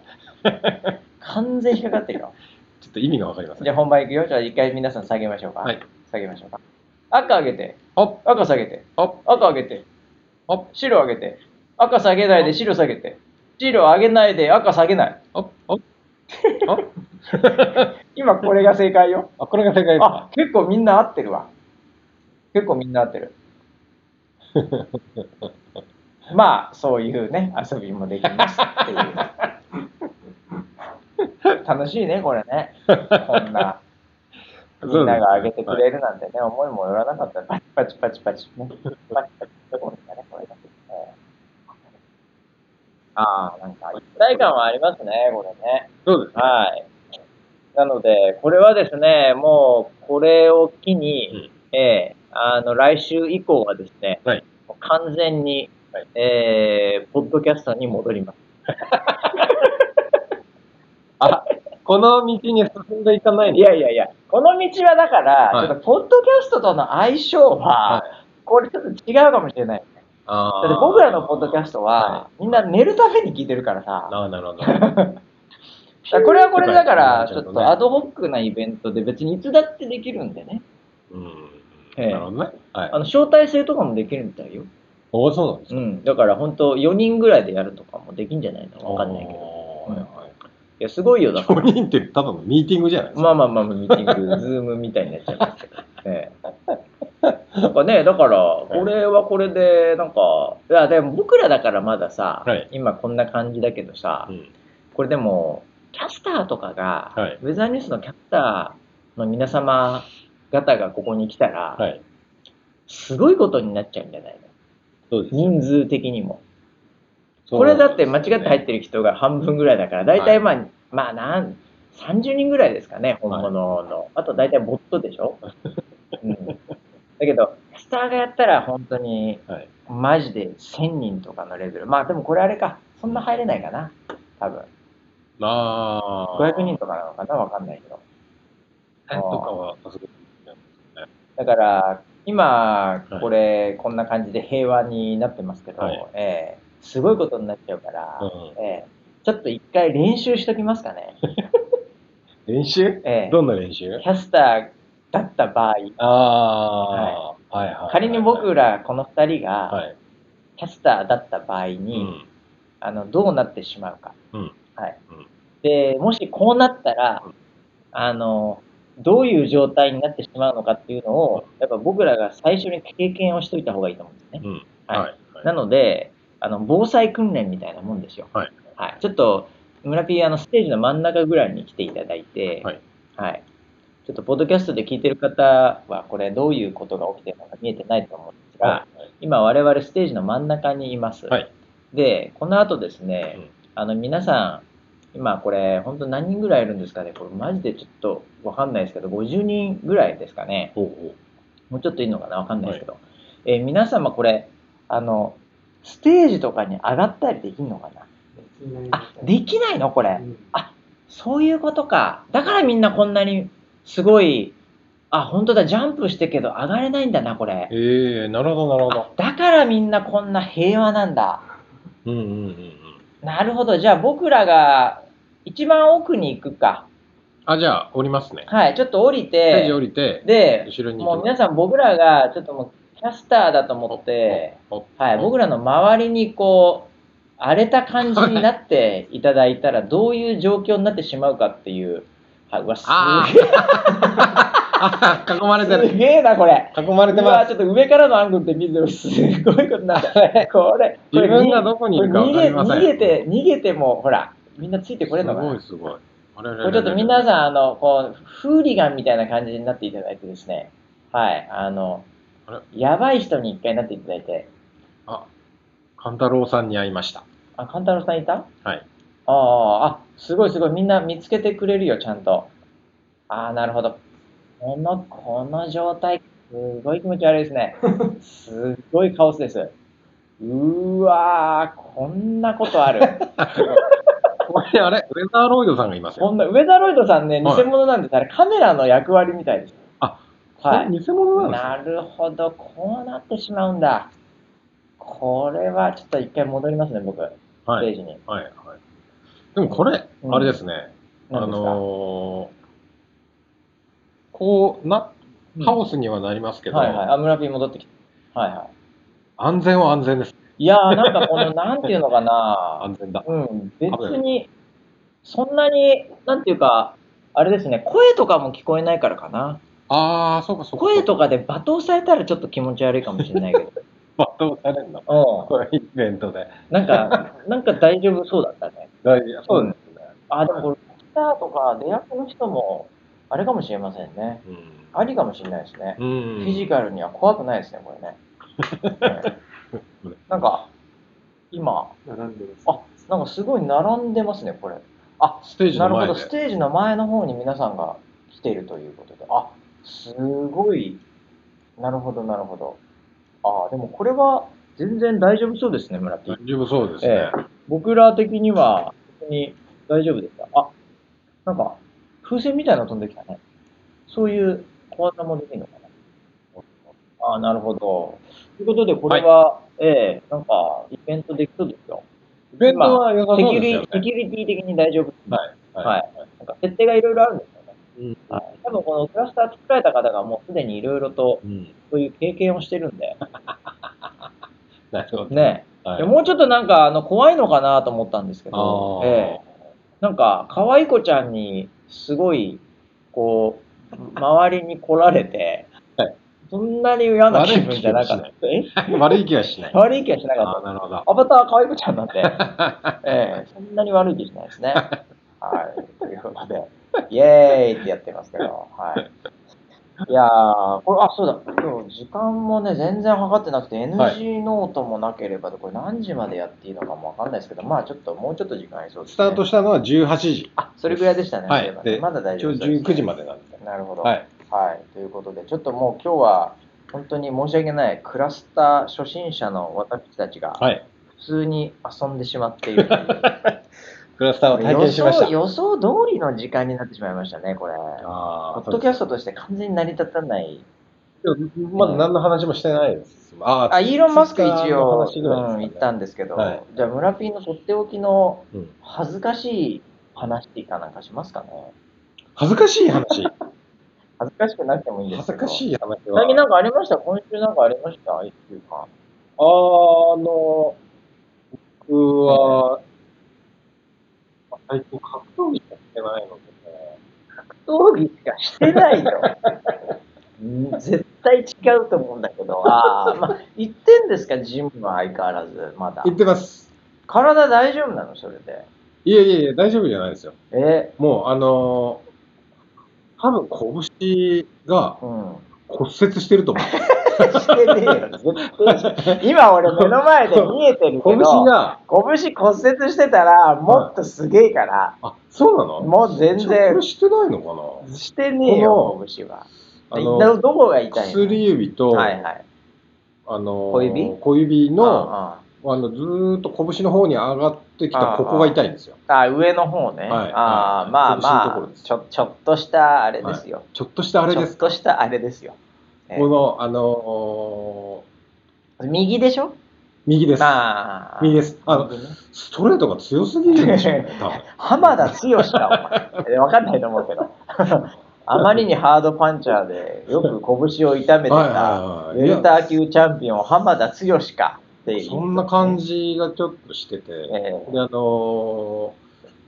[SPEAKER 1] 完全引っかかってるよ。
[SPEAKER 2] ちょっと意味がわかりません。
[SPEAKER 1] じゃあ本番いくよ。じゃあ一回皆さん下げましょうか。
[SPEAKER 2] はい。
[SPEAKER 1] 下げましょうか。赤上げて、
[SPEAKER 2] お、
[SPEAKER 1] 赤下げて、
[SPEAKER 2] お、
[SPEAKER 1] 赤上げて、
[SPEAKER 2] お、
[SPEAKER 1] 白上げて、赤下げないで白下げて、白上げないで赤下げない。
[SPEAKER 2] お、 お、お。
[SPEAKER 1] 今これが正解よ。
[SPEAKER 2] あ、これが正解です
[SPEAKER 1] あ、
[SPEAKER 2] か
[SPEAKER 1] 結構みんな合ってるわ。結構みんな合ってる。まあ、そういうね、遊びもできますっていう。楽しいね、これね。こんな、
[SPEAKER 2] そう
[SPEAKER 1] みんなが上げてく
[SPEAKER 2] る。
[SPEAKER 1] れるなんてね、思いもよらなかった。パチパチパチパチ。ね、パチパチってこだね、これが。ええああ、なんか、一体感はありますね、これね。
[SPEAKER 2] そうです。
[SPEAKER 1] はい。なので、これはですね、もう、これを機に、ええあの、来週以降はですね、
[SPEAKER 2] はい
[SPEAKER 1] もう完全に、
[SPEAKER 2] はい
[SPEAKER 1] ええポッドキャストに戻ります。
[SPEAKER 2] あ、この道に進んでいかないん
[SPEAKER 1] いやいやいや、この道はだから、
[SPEAKER 2] はい
[SPEAKER 1] ちょっとポッドキャストとの相性は、
[SPEAKER 2] は
[SPEAKER 1] これちょっと違うかもしれない。だって
[SPEAKER 2] あ
[SPEAKER 1] 僕らのポッドキャストは、
[SPEAKER 2] は
[SPEAKER 1] みんな寝るために聞いてるからさ、
[SPEAKER 2] ああ、なるほど。なる ほど
[SPEAKER 1] だからこれはこれでだから、
[SPEAKER 2] ピ
[SPEAKER 1] ち
[SPEAKER 2] ュー
[SPEAKER 1] ょ
[SPEAKER 2] って
[SPEAKER 1] っと
[SPEAKER 2] 感じにな
[SPEAKER 1] ア
[SPEAKER 2] っちゃう
[SPEAKER 1] ドホックなイベントで別にいつだってできるんでね。
[SPEAKER 2] とねう
[SPEAKER 1] ええ
[SPEAKER 2] ん。なるほどね。はい
[SPEAKER 1] あ。の招待制とかもできるみたいよ。
[SPEAKER 2] おそうなんです
[SPEAKER 1] う
[SPEAKER 2] か。
[SPEAKER 1] ん。だから本当4人ぐらいでやるとかもできんじゃないのわかんないけど。
[SPEAKER 2] どはい
[SPEAKER 1] いや、すごい よ、だから。
[SPEAKER 2] はい。4人ってただのミーティングじゃないですか。
[SPEAKER 1] まあまあまあ、ミーティン グ、ズームみたいになっちゃいますけど。ええ。なんかね、だから、これはこれで、なんか、いや、でも僕らだからまださ、
[SPEAKER 2] はい
[SPEAKER 1] 今こんな感じだけどさ、
[SPEAKER 2] うん
[SPEAKER 1] これでも、キャスターとかが、
[SPEAKER 2] はい
[SPEAKER 1] ウェザーニュースのキャスターの皆様方がここに来たら、
[SPEAKER 2] はい。
[SPEAKER 1] すごいことになっちゃうんじゃないの
[SPEAKER 2] そうです。
[SPEAKER 1] 人数的にも。
[SPEAKER 2] そう
[SPEAKER 1] これだって間違って入
[SPEAKER 2] で
[SPEAKER 1] ってる人が半分ぐらいだから、大体まあ、まあなん、30人ぐらいですかね、本物の。あと大体ボットでし ょ、うん、だけど、スターがやったら本当に、
[SPEAKER 2] すね。はい。
[SPEAKER 1] マジで1000人とかのレベル。まあでもこれあれか、そんな入れないかな、多分。
[SPEAKER 2] まあ。
[SPEAKER 1] 500人とかなのかな、わかんないけど。
[SPEAKER 2] とかはさすがに。
[SPEAKER 1] だから、今
[SPEAKER 2] は、い
[SPEAKER 1] これ、こんな感じで平和になってますけど、
[SPEAKER 2] はい
[SPEAKER 1] ええすごいことになっちゃうから、
[SPEAKER 2] う
[SPEAKER 1] ええちょっと一回練習しときますかね。
[SPEAKER 2] 練習
[SPEAKER 1] ええ
[SPEAKER 2] どんな練習
[SPEAKER 1] キャスターだった場合、
[SPEAKER 2] ああ、はいはい。
[SPEAKER 1] 仮に僕らこの2人が
[SPEAKER 2] はい。
[SPEAKER 1] キャスターだった場合
[SPEAKER 2] う
[SPEAKER 1] に、
[SPEAKER 2] ん。
[SPEAKER 1] あのどうなってしまうか。
[SPEAKER 2] うん
[SPEAKER 1] はい
[SPEAKER 2] うん
[SPEAKER 1] でもしこうなったら、
[SPEAKER 2] うん
[SPEAKER 1] あのどういう状態になってしまうのかっていうのを、やっぱ僕らが最初に経験をしといた方がいいと思うんですね。
[SPEAKER 2] うん。
[SPEAKER 1] はい
[SPEAKER 2] はい。
[SPEAKER 1] なのであの、防災訓練みたいなもんですよ。
[SPEAKER 2] はい
[SPEAKER 1] ちょっと、村 P、あのステージの真ん中ぐらいに来ていただいて、
[SPEAKER 2] はい
[SPEAKER 1] はいちょっと、ポッドキャストで聞いてる方は、これ、どういうことが起きてるのか見えてないと思うんですが、
[SPEAKER 2] は
[SPEAKER 1] 今、我々ステージの真ん中にいます。
[SPEAKER 2] はい
[SPEAKER 1] で、この後です
[SPEAKER 2] い。
[SPEAKER 1] ね、
[SPEAKER 2] うん
[SPEAKER 1] あの皆さん、今、これ、本当何人ぐらいいるんですかね、これ、マジでちょっとわかんないですけど、50人ぐらいですかね。
[SPEAKER 2] ほうほう。
[SPEAKER 1] もうちょっといいのかなわかんないですけど、えー皆様これ、あの、ステージとかに上がったりできるのかなあ、できないのこれ。そういうことか。だからみんなこんなにすごい、あ、本当だ、ジャンプしてけど上がれないんだな、これ。
[SPEAKER 2] ええ、なるほど、なるほ
[SPEAKER 1] あだからみんなこんな平和なんだ。
[SPEAKER 2] ど。うんうんうんうん。
[SPEAKER 1] なるほど。じゃあ僕らが一番奥に行くか。
[SPEAKER 2] あ、じゃあ、降りますね。
[SPEAKER 1] はい、ちょっと降り
[SPEAKER 2] ステージ
[SPEAKER 1] て
[SPEAKER 2] 降、りて、
[SPEAKER 1] で、
[SPEAKER 2] 後ろに
[SPEAKER 1] も
[SPEAKER 2] 行
[SPEAKER 1] う
[SPEAKER 2] き
[SPEAKER 1] 皆
[SPEAKER 2] ます。
[SPEAKER 1] さん僕らがちょっともうキャスターだと思って、
[SPEAKER 2] おお
[SPEAKER 1] はい、僕らの周りにこう、荒れた感じになっていただいたら、どういう状況になってしまうかっていう、はい、うわ、す
[SPEAKER 2] あ
[SPEAKER 1] げえ
[SPEAKER 2] あ、囲まれて
[SPEAKER 1] す
[SPEAKER 2] る。
[SPEAKER 1] げえな、これ。
[SPEAKER 2] 囲まれて
[SPEAKER 1] うわ
[SPEAKER 2] ます。
[SPEAKER 1] ちょっと上からのアングルで見るとすごいことに なったね。これ、これ
[SPEAKER 2] 自分がどこにいるか分かりません
[SPEAKER 1] 逃げ逃げて、逃げても、ほら、みんなついてこれ
[SPEAKER 2] す
[SPEAKER 1] るのかな。
[SPEAKER 2] ご
[SPEAKER 1] こ
[SPEAKER 2] いすごい。あれれれれ
[SPEAKER 1] れちょっと皆さん、あの、こう、フーリガンみたいな感じになっていただいてですね、はい、あの
[SPEAKER 2] あれ、
[SPEAKER 1] やばい人に一回なっていただいて、
[SPEAKER 2] あ、カンタロウさんに会いました。
[SPEAKER 1] あ、勘太郎さんいた
[SPEAKER 2] はい。
[SPEAKER 1] ああ、あ、すごいすごい、みんな見つけてくれるよ、ちゃんと。ああ、なるほど。この、この状態、すごい気持ち悪いですね。すっごいカオスです。うーわー、こんなこと ある。
[SPEAKER 2] これあれ、ウェザーロイドさんがいますよ。
[SPEAKER 1] こんな、ウェザーロイドさんね、
[SPEAKER 2] はい
[SPEAKER 1] 偽物なんです。あれ、カメラの役割みたいです。
[SPEAKER 2] あ、
[SPEAKER 1] はい
[SPEAKER 2] こ。れ偽物なんです
[SPEAKER 1] なるほど、こうなってしまうんだ。これは、ちょっと一回戻りますね、僕、ス
[SPEAKER 2] かは
[SPEAKER 1] テー
[SPEAKER 2] い。
[SPEAKER 1] ジに。
[SPEAKER 2] はい。はい。でもこれ、
[SPEAKER 1] うん
[SPEAKER 2] あれですね。あ
[SPEAKER 1] 何ですか
[SPEAKER 2] のーこうな、カオスにはなりますけど、
[SPEAKER 1] はいはい。あ、村ピー戻ってきた。はいはい。
[SPEAKER 2] 安全は安全です。
[SPEAKER 1] いやー、なんかこの、なんていうのかな、
[SPEAKER 2] 安全だ。
[SPEAKER 1] うん、別に、そんなに、なんていうか、あれですね、声とかも聞こえないからかな。
[SPEAKER 2] ああ、そうかそうか。
[SPEAKER 1] 声とかで罵倒されたらちょっと気持ち悪いかもしれないけ
[SPEAKER 2] 罵倒されるの。
[SPEAKER 1] ど、
[SPEAKER 2] これイベントで。
[SPEAKER 1] うん、なんか、なんか大丈夫そうだったね。
[SPEAKER 2] 大事そうですね。
[SPEAKER 1] あ、でもこれ、スターとか出役の人も、あれかもしれませんね。
[SPEAKER 2] うん。
[SPEAKER 1] ありかもしれないですね。
[SPEAKER 2] うん
[SPEAKER 1] フィジカルには怖くないですね、こ れね。うんなんか、今、
[SPEAKER 3] 並んでます。
[SPEAKER 1] あ、なんかすごい並んでますね、これ。あ、
[SPEAKER 2] ステージ
[SPEAKER 1] なる
[SPEAKER 2] の
[SPEAKER 1] ほ
[SPEAKER 2] 前
[SPEAKER 1] ど、ス
[SPEAKER 2] で。
[SPEAKER 1] テージの前の方に皆さんが来ているということで、あすごい、なるほど、なるほど。あでもこれは全然大丈夫そうですね、村木
[SPEAKER 2] 大。丈夫そうですね。
[SPEAKER 1] 僕ら的には、別に大丈夫でした。あなんか、風船みたいなの飛んできたね。そういう小技もできるのかな。あなるほど。ということで、これは、ええなんか、イベントできそうですよ。
[SPEAKER 2] イベントは良さ
[SPEAKER 1] セキ
[SPEAKER 2] そう
[SPEAKER 1] ュ
[SPEAKER 2] です
[SPEAKER 1] リ
[SPEAKER 2] よ
[SPEAKER 1] セキュ
[SPEAKER 2] ね。
[SPEAKER 1] リティ的に大丈夫。
[SPEAKER 2] はい
[SPEAKER 1] はい。なんか設定がいろいろあるんですよね。
[SPEAKER 2] うん
[SPEAKER 1] はい多分このクラスター作られた方がもうすでにいろいろと
[SPEAKER 2] うん。
[SPEAKER 1] そういう経験をしてるんで、
[SPEAKER 2] なるほど。
[SPEAKER 1] ね、
[SPEAKER 2] はい
[SPEAKER 1] でもうちょっとなんかあの怖いのかなと思ったんですけど、
[SPEAKER 2] あー
[SPEAKER 1] ええなんか可愛い子ちゃんにすごいこう周りに来られて、
[SPEAKER 2] はい
[SPEAKER 1] そんなに嫌な気分じゃなかった。え
[SPEAKER 2] 悪い気はしない。
[SPEAKER 1] 悪い気はしなか
[SPEAKER 2] あ
[SPEAKER 1] っ
[SPEAKER 2] あ、なるほど。
[SPEAKER 1] た。アバターは可愛い子ちゃん なんで、ええそんなに悪い気しないですね。はい。ということで、イエーイってやってますけど、はい。いやー、これ、あ、そうだ、今日時間もね、全然測ってなくて、
[SPEAKER 2] は
[SPEAKER 1] NG ノートもなければ、これ何時までやっていいのかもわかんないですけど、まあちょっと、もうちょっと時間ありそうです、ね。
[SPEAKER 2] スタートしたのは18時。
[SPEAKER 1] あ、それぐらいでしたね。
[SPEAKER 2] はい
[SPEAKER 1] そうばね
[SPEAKER 2] で
[SPEAKER 1] まだ大
[SPEAKER 2] 一
[SPEAKER 1] 丈
[SPEAKER 2] 応
[SPEAKER 1] 夫そうです
[SPEAKER 2] 19時までなんで。
[SPEAKER 1] なるほど。
[SPEAKER 2] はい。
[SPEAKER 1] はい、ということで、ちょっともう今日は、本当に申し訳ない、クラスター初心者の私たちが、
[SPEAKER 2] はい。
[SPEAKER 1] 普通に遊んでしまっているという。
[SPEAKER 2] クラスターを 体験しました。
[SPEAKER 1] 予想予想通りの時間になってしまいましたね、これ。ポ
[SPEAKER 2] あ
[SPEAKER 1] ッドキャストとして完全に成り立たない。
[SPEAKER 2] まだ何の話もしてないです。あ
[SPEAKER 1] あ、イーロン・マスク一
[SPEAKER 2] Twitter の
[SPEAKER 1] 応、
[SPEAKER 2] 話ぐらいで
[SPEAKER 1] う
[SPEAKER 2] すか
[SPEAKER 1] ん、
[SPEAKER 2] ね
[SPEAKER 1] 言ったんですけど、
[SPEAKER 2] はい
[SPEAKER 1] じゃあ、村ピーのとっておきの
[SPEAKER 2] うん
[SPEAKER 1] 恥ずかしい話っていうかなんかしますかね。
[SPEAKER 2] 恥ずかしい話。
[SPEAKER 1] 恥ずかしくなくてもいいで
[SPEAKER 2] 恥
[SPEAKER 1] すけ
[SPEAKER 2] ず
[SPEAKER 1] ど。
[SPEAKER 2] かし
[SPEAKER 1] い。
[SPEAKER 2] い話
[SPEAKER 1] ちなみに
[SPEAKER 2] は。
[SPEAKER 1] なんかありました今週なんかありました一週間。
[SPEAKER 2] あの、僕は、最近格闘技やってないのでね。
[SPEAKER 1] 闘技しかしてないよ。うん 絶対違うと思うんだけど。ああ、まあ、行ってんですかジムは相変わらず、まだ。
[SPEAKER 2] 言ってます。
[SPEAKER 1] 体大丈夫なのそれで。
[SPEAKER 2] いやいやいや、大丈夫じゃないですよ。
[SPEAKER 1] え
[SPEAKER 2] もう、あのー、多分拳が
[SPEAKER 1] うん。
[SPEAKER 2] 骨折してると 思う。
[SPEAKER 1] してねえよ。絶対して今俺目の前で見えてるけ
[SPEAKER 2] 拳
[SPEAKER 1] ど、
[SPEAKER 2] が、
[SPEAKER 1] 拳骨折してたらもっとすげえから、
[SPEAKER 2] あ、そうなの
[SPEAKER 1] もう全
[SPEAKER 2] ちょっとこ
[SPEAKER 1] 然
[SPEAKER 2] れしてないのか
[SPEAKER 1] してねえよ、拳は。
[SPEAKER 2] なあ
[SPEAKER 1] ど
[SPEAKER 2] の、
[SPEAKER 1] どこが痛いの
[SPEAKER 2] 薬指と、
[SPEAKER 1] はいはい。
[SPEAKER 2] あの、
[SPEAKER 1] 小指
[SPEAKER 2] 小指の、あ
[SPEAKER 1] あ
[SPEAKER 2] の、ずーっと拳の方に上がってきたここが痛いんですよ。
[SPEAKER 1] ああ、上の方ね。
[SPEAKER 2] はい
[SPEAKER 1] あ
[SPEAKER 2] は
[SPEAKER 1] あ、
[SPEAKER 2] い
[SPEAKER 1] まあ
[SPEAKER 2] 拳のとこ
[SPEAKER 1] ま
[SPEAKER 2] ろで
[SPEAKER 1] あ、
[SPEAKER 2] す
[SPEAKER 1] ちょちょっとしたあれですよ。
[SPEAKER 2] ちょっとしたあれで
[SPEAKER 1] ちょっ
[SPEAKER 2] す。
[SPEAKER 1] としたあれですよ。ええ
[SPEAKER 2] この、あの
[SPEAKER 1] 右でしょ
[SPEAKER 2] 右です。
[SPEAKER 1] まあ、
[SPEAKER 2] 右です。あの、ストレートが強すぎ るでしょ。多分
[SPEAKER 1] 浜田剛か、お前。えわかんないと思うけど。 あまりにハードパンチャーで、よく拳を痛めて
[SPEAKER 2] はい
[SPEAKER 1] た、
[SPEAKER 2] はいはい
[SPEAKER 1] ウェルター級チャンピオン、浜田剛かって
[SPEAKER 2] そんな感
[SPEAKER 1] じ。
[SPEAKER 2] じがちょっとしてて、
[SPEAKER 1] ええ
[SPEAKER 2] で、あのー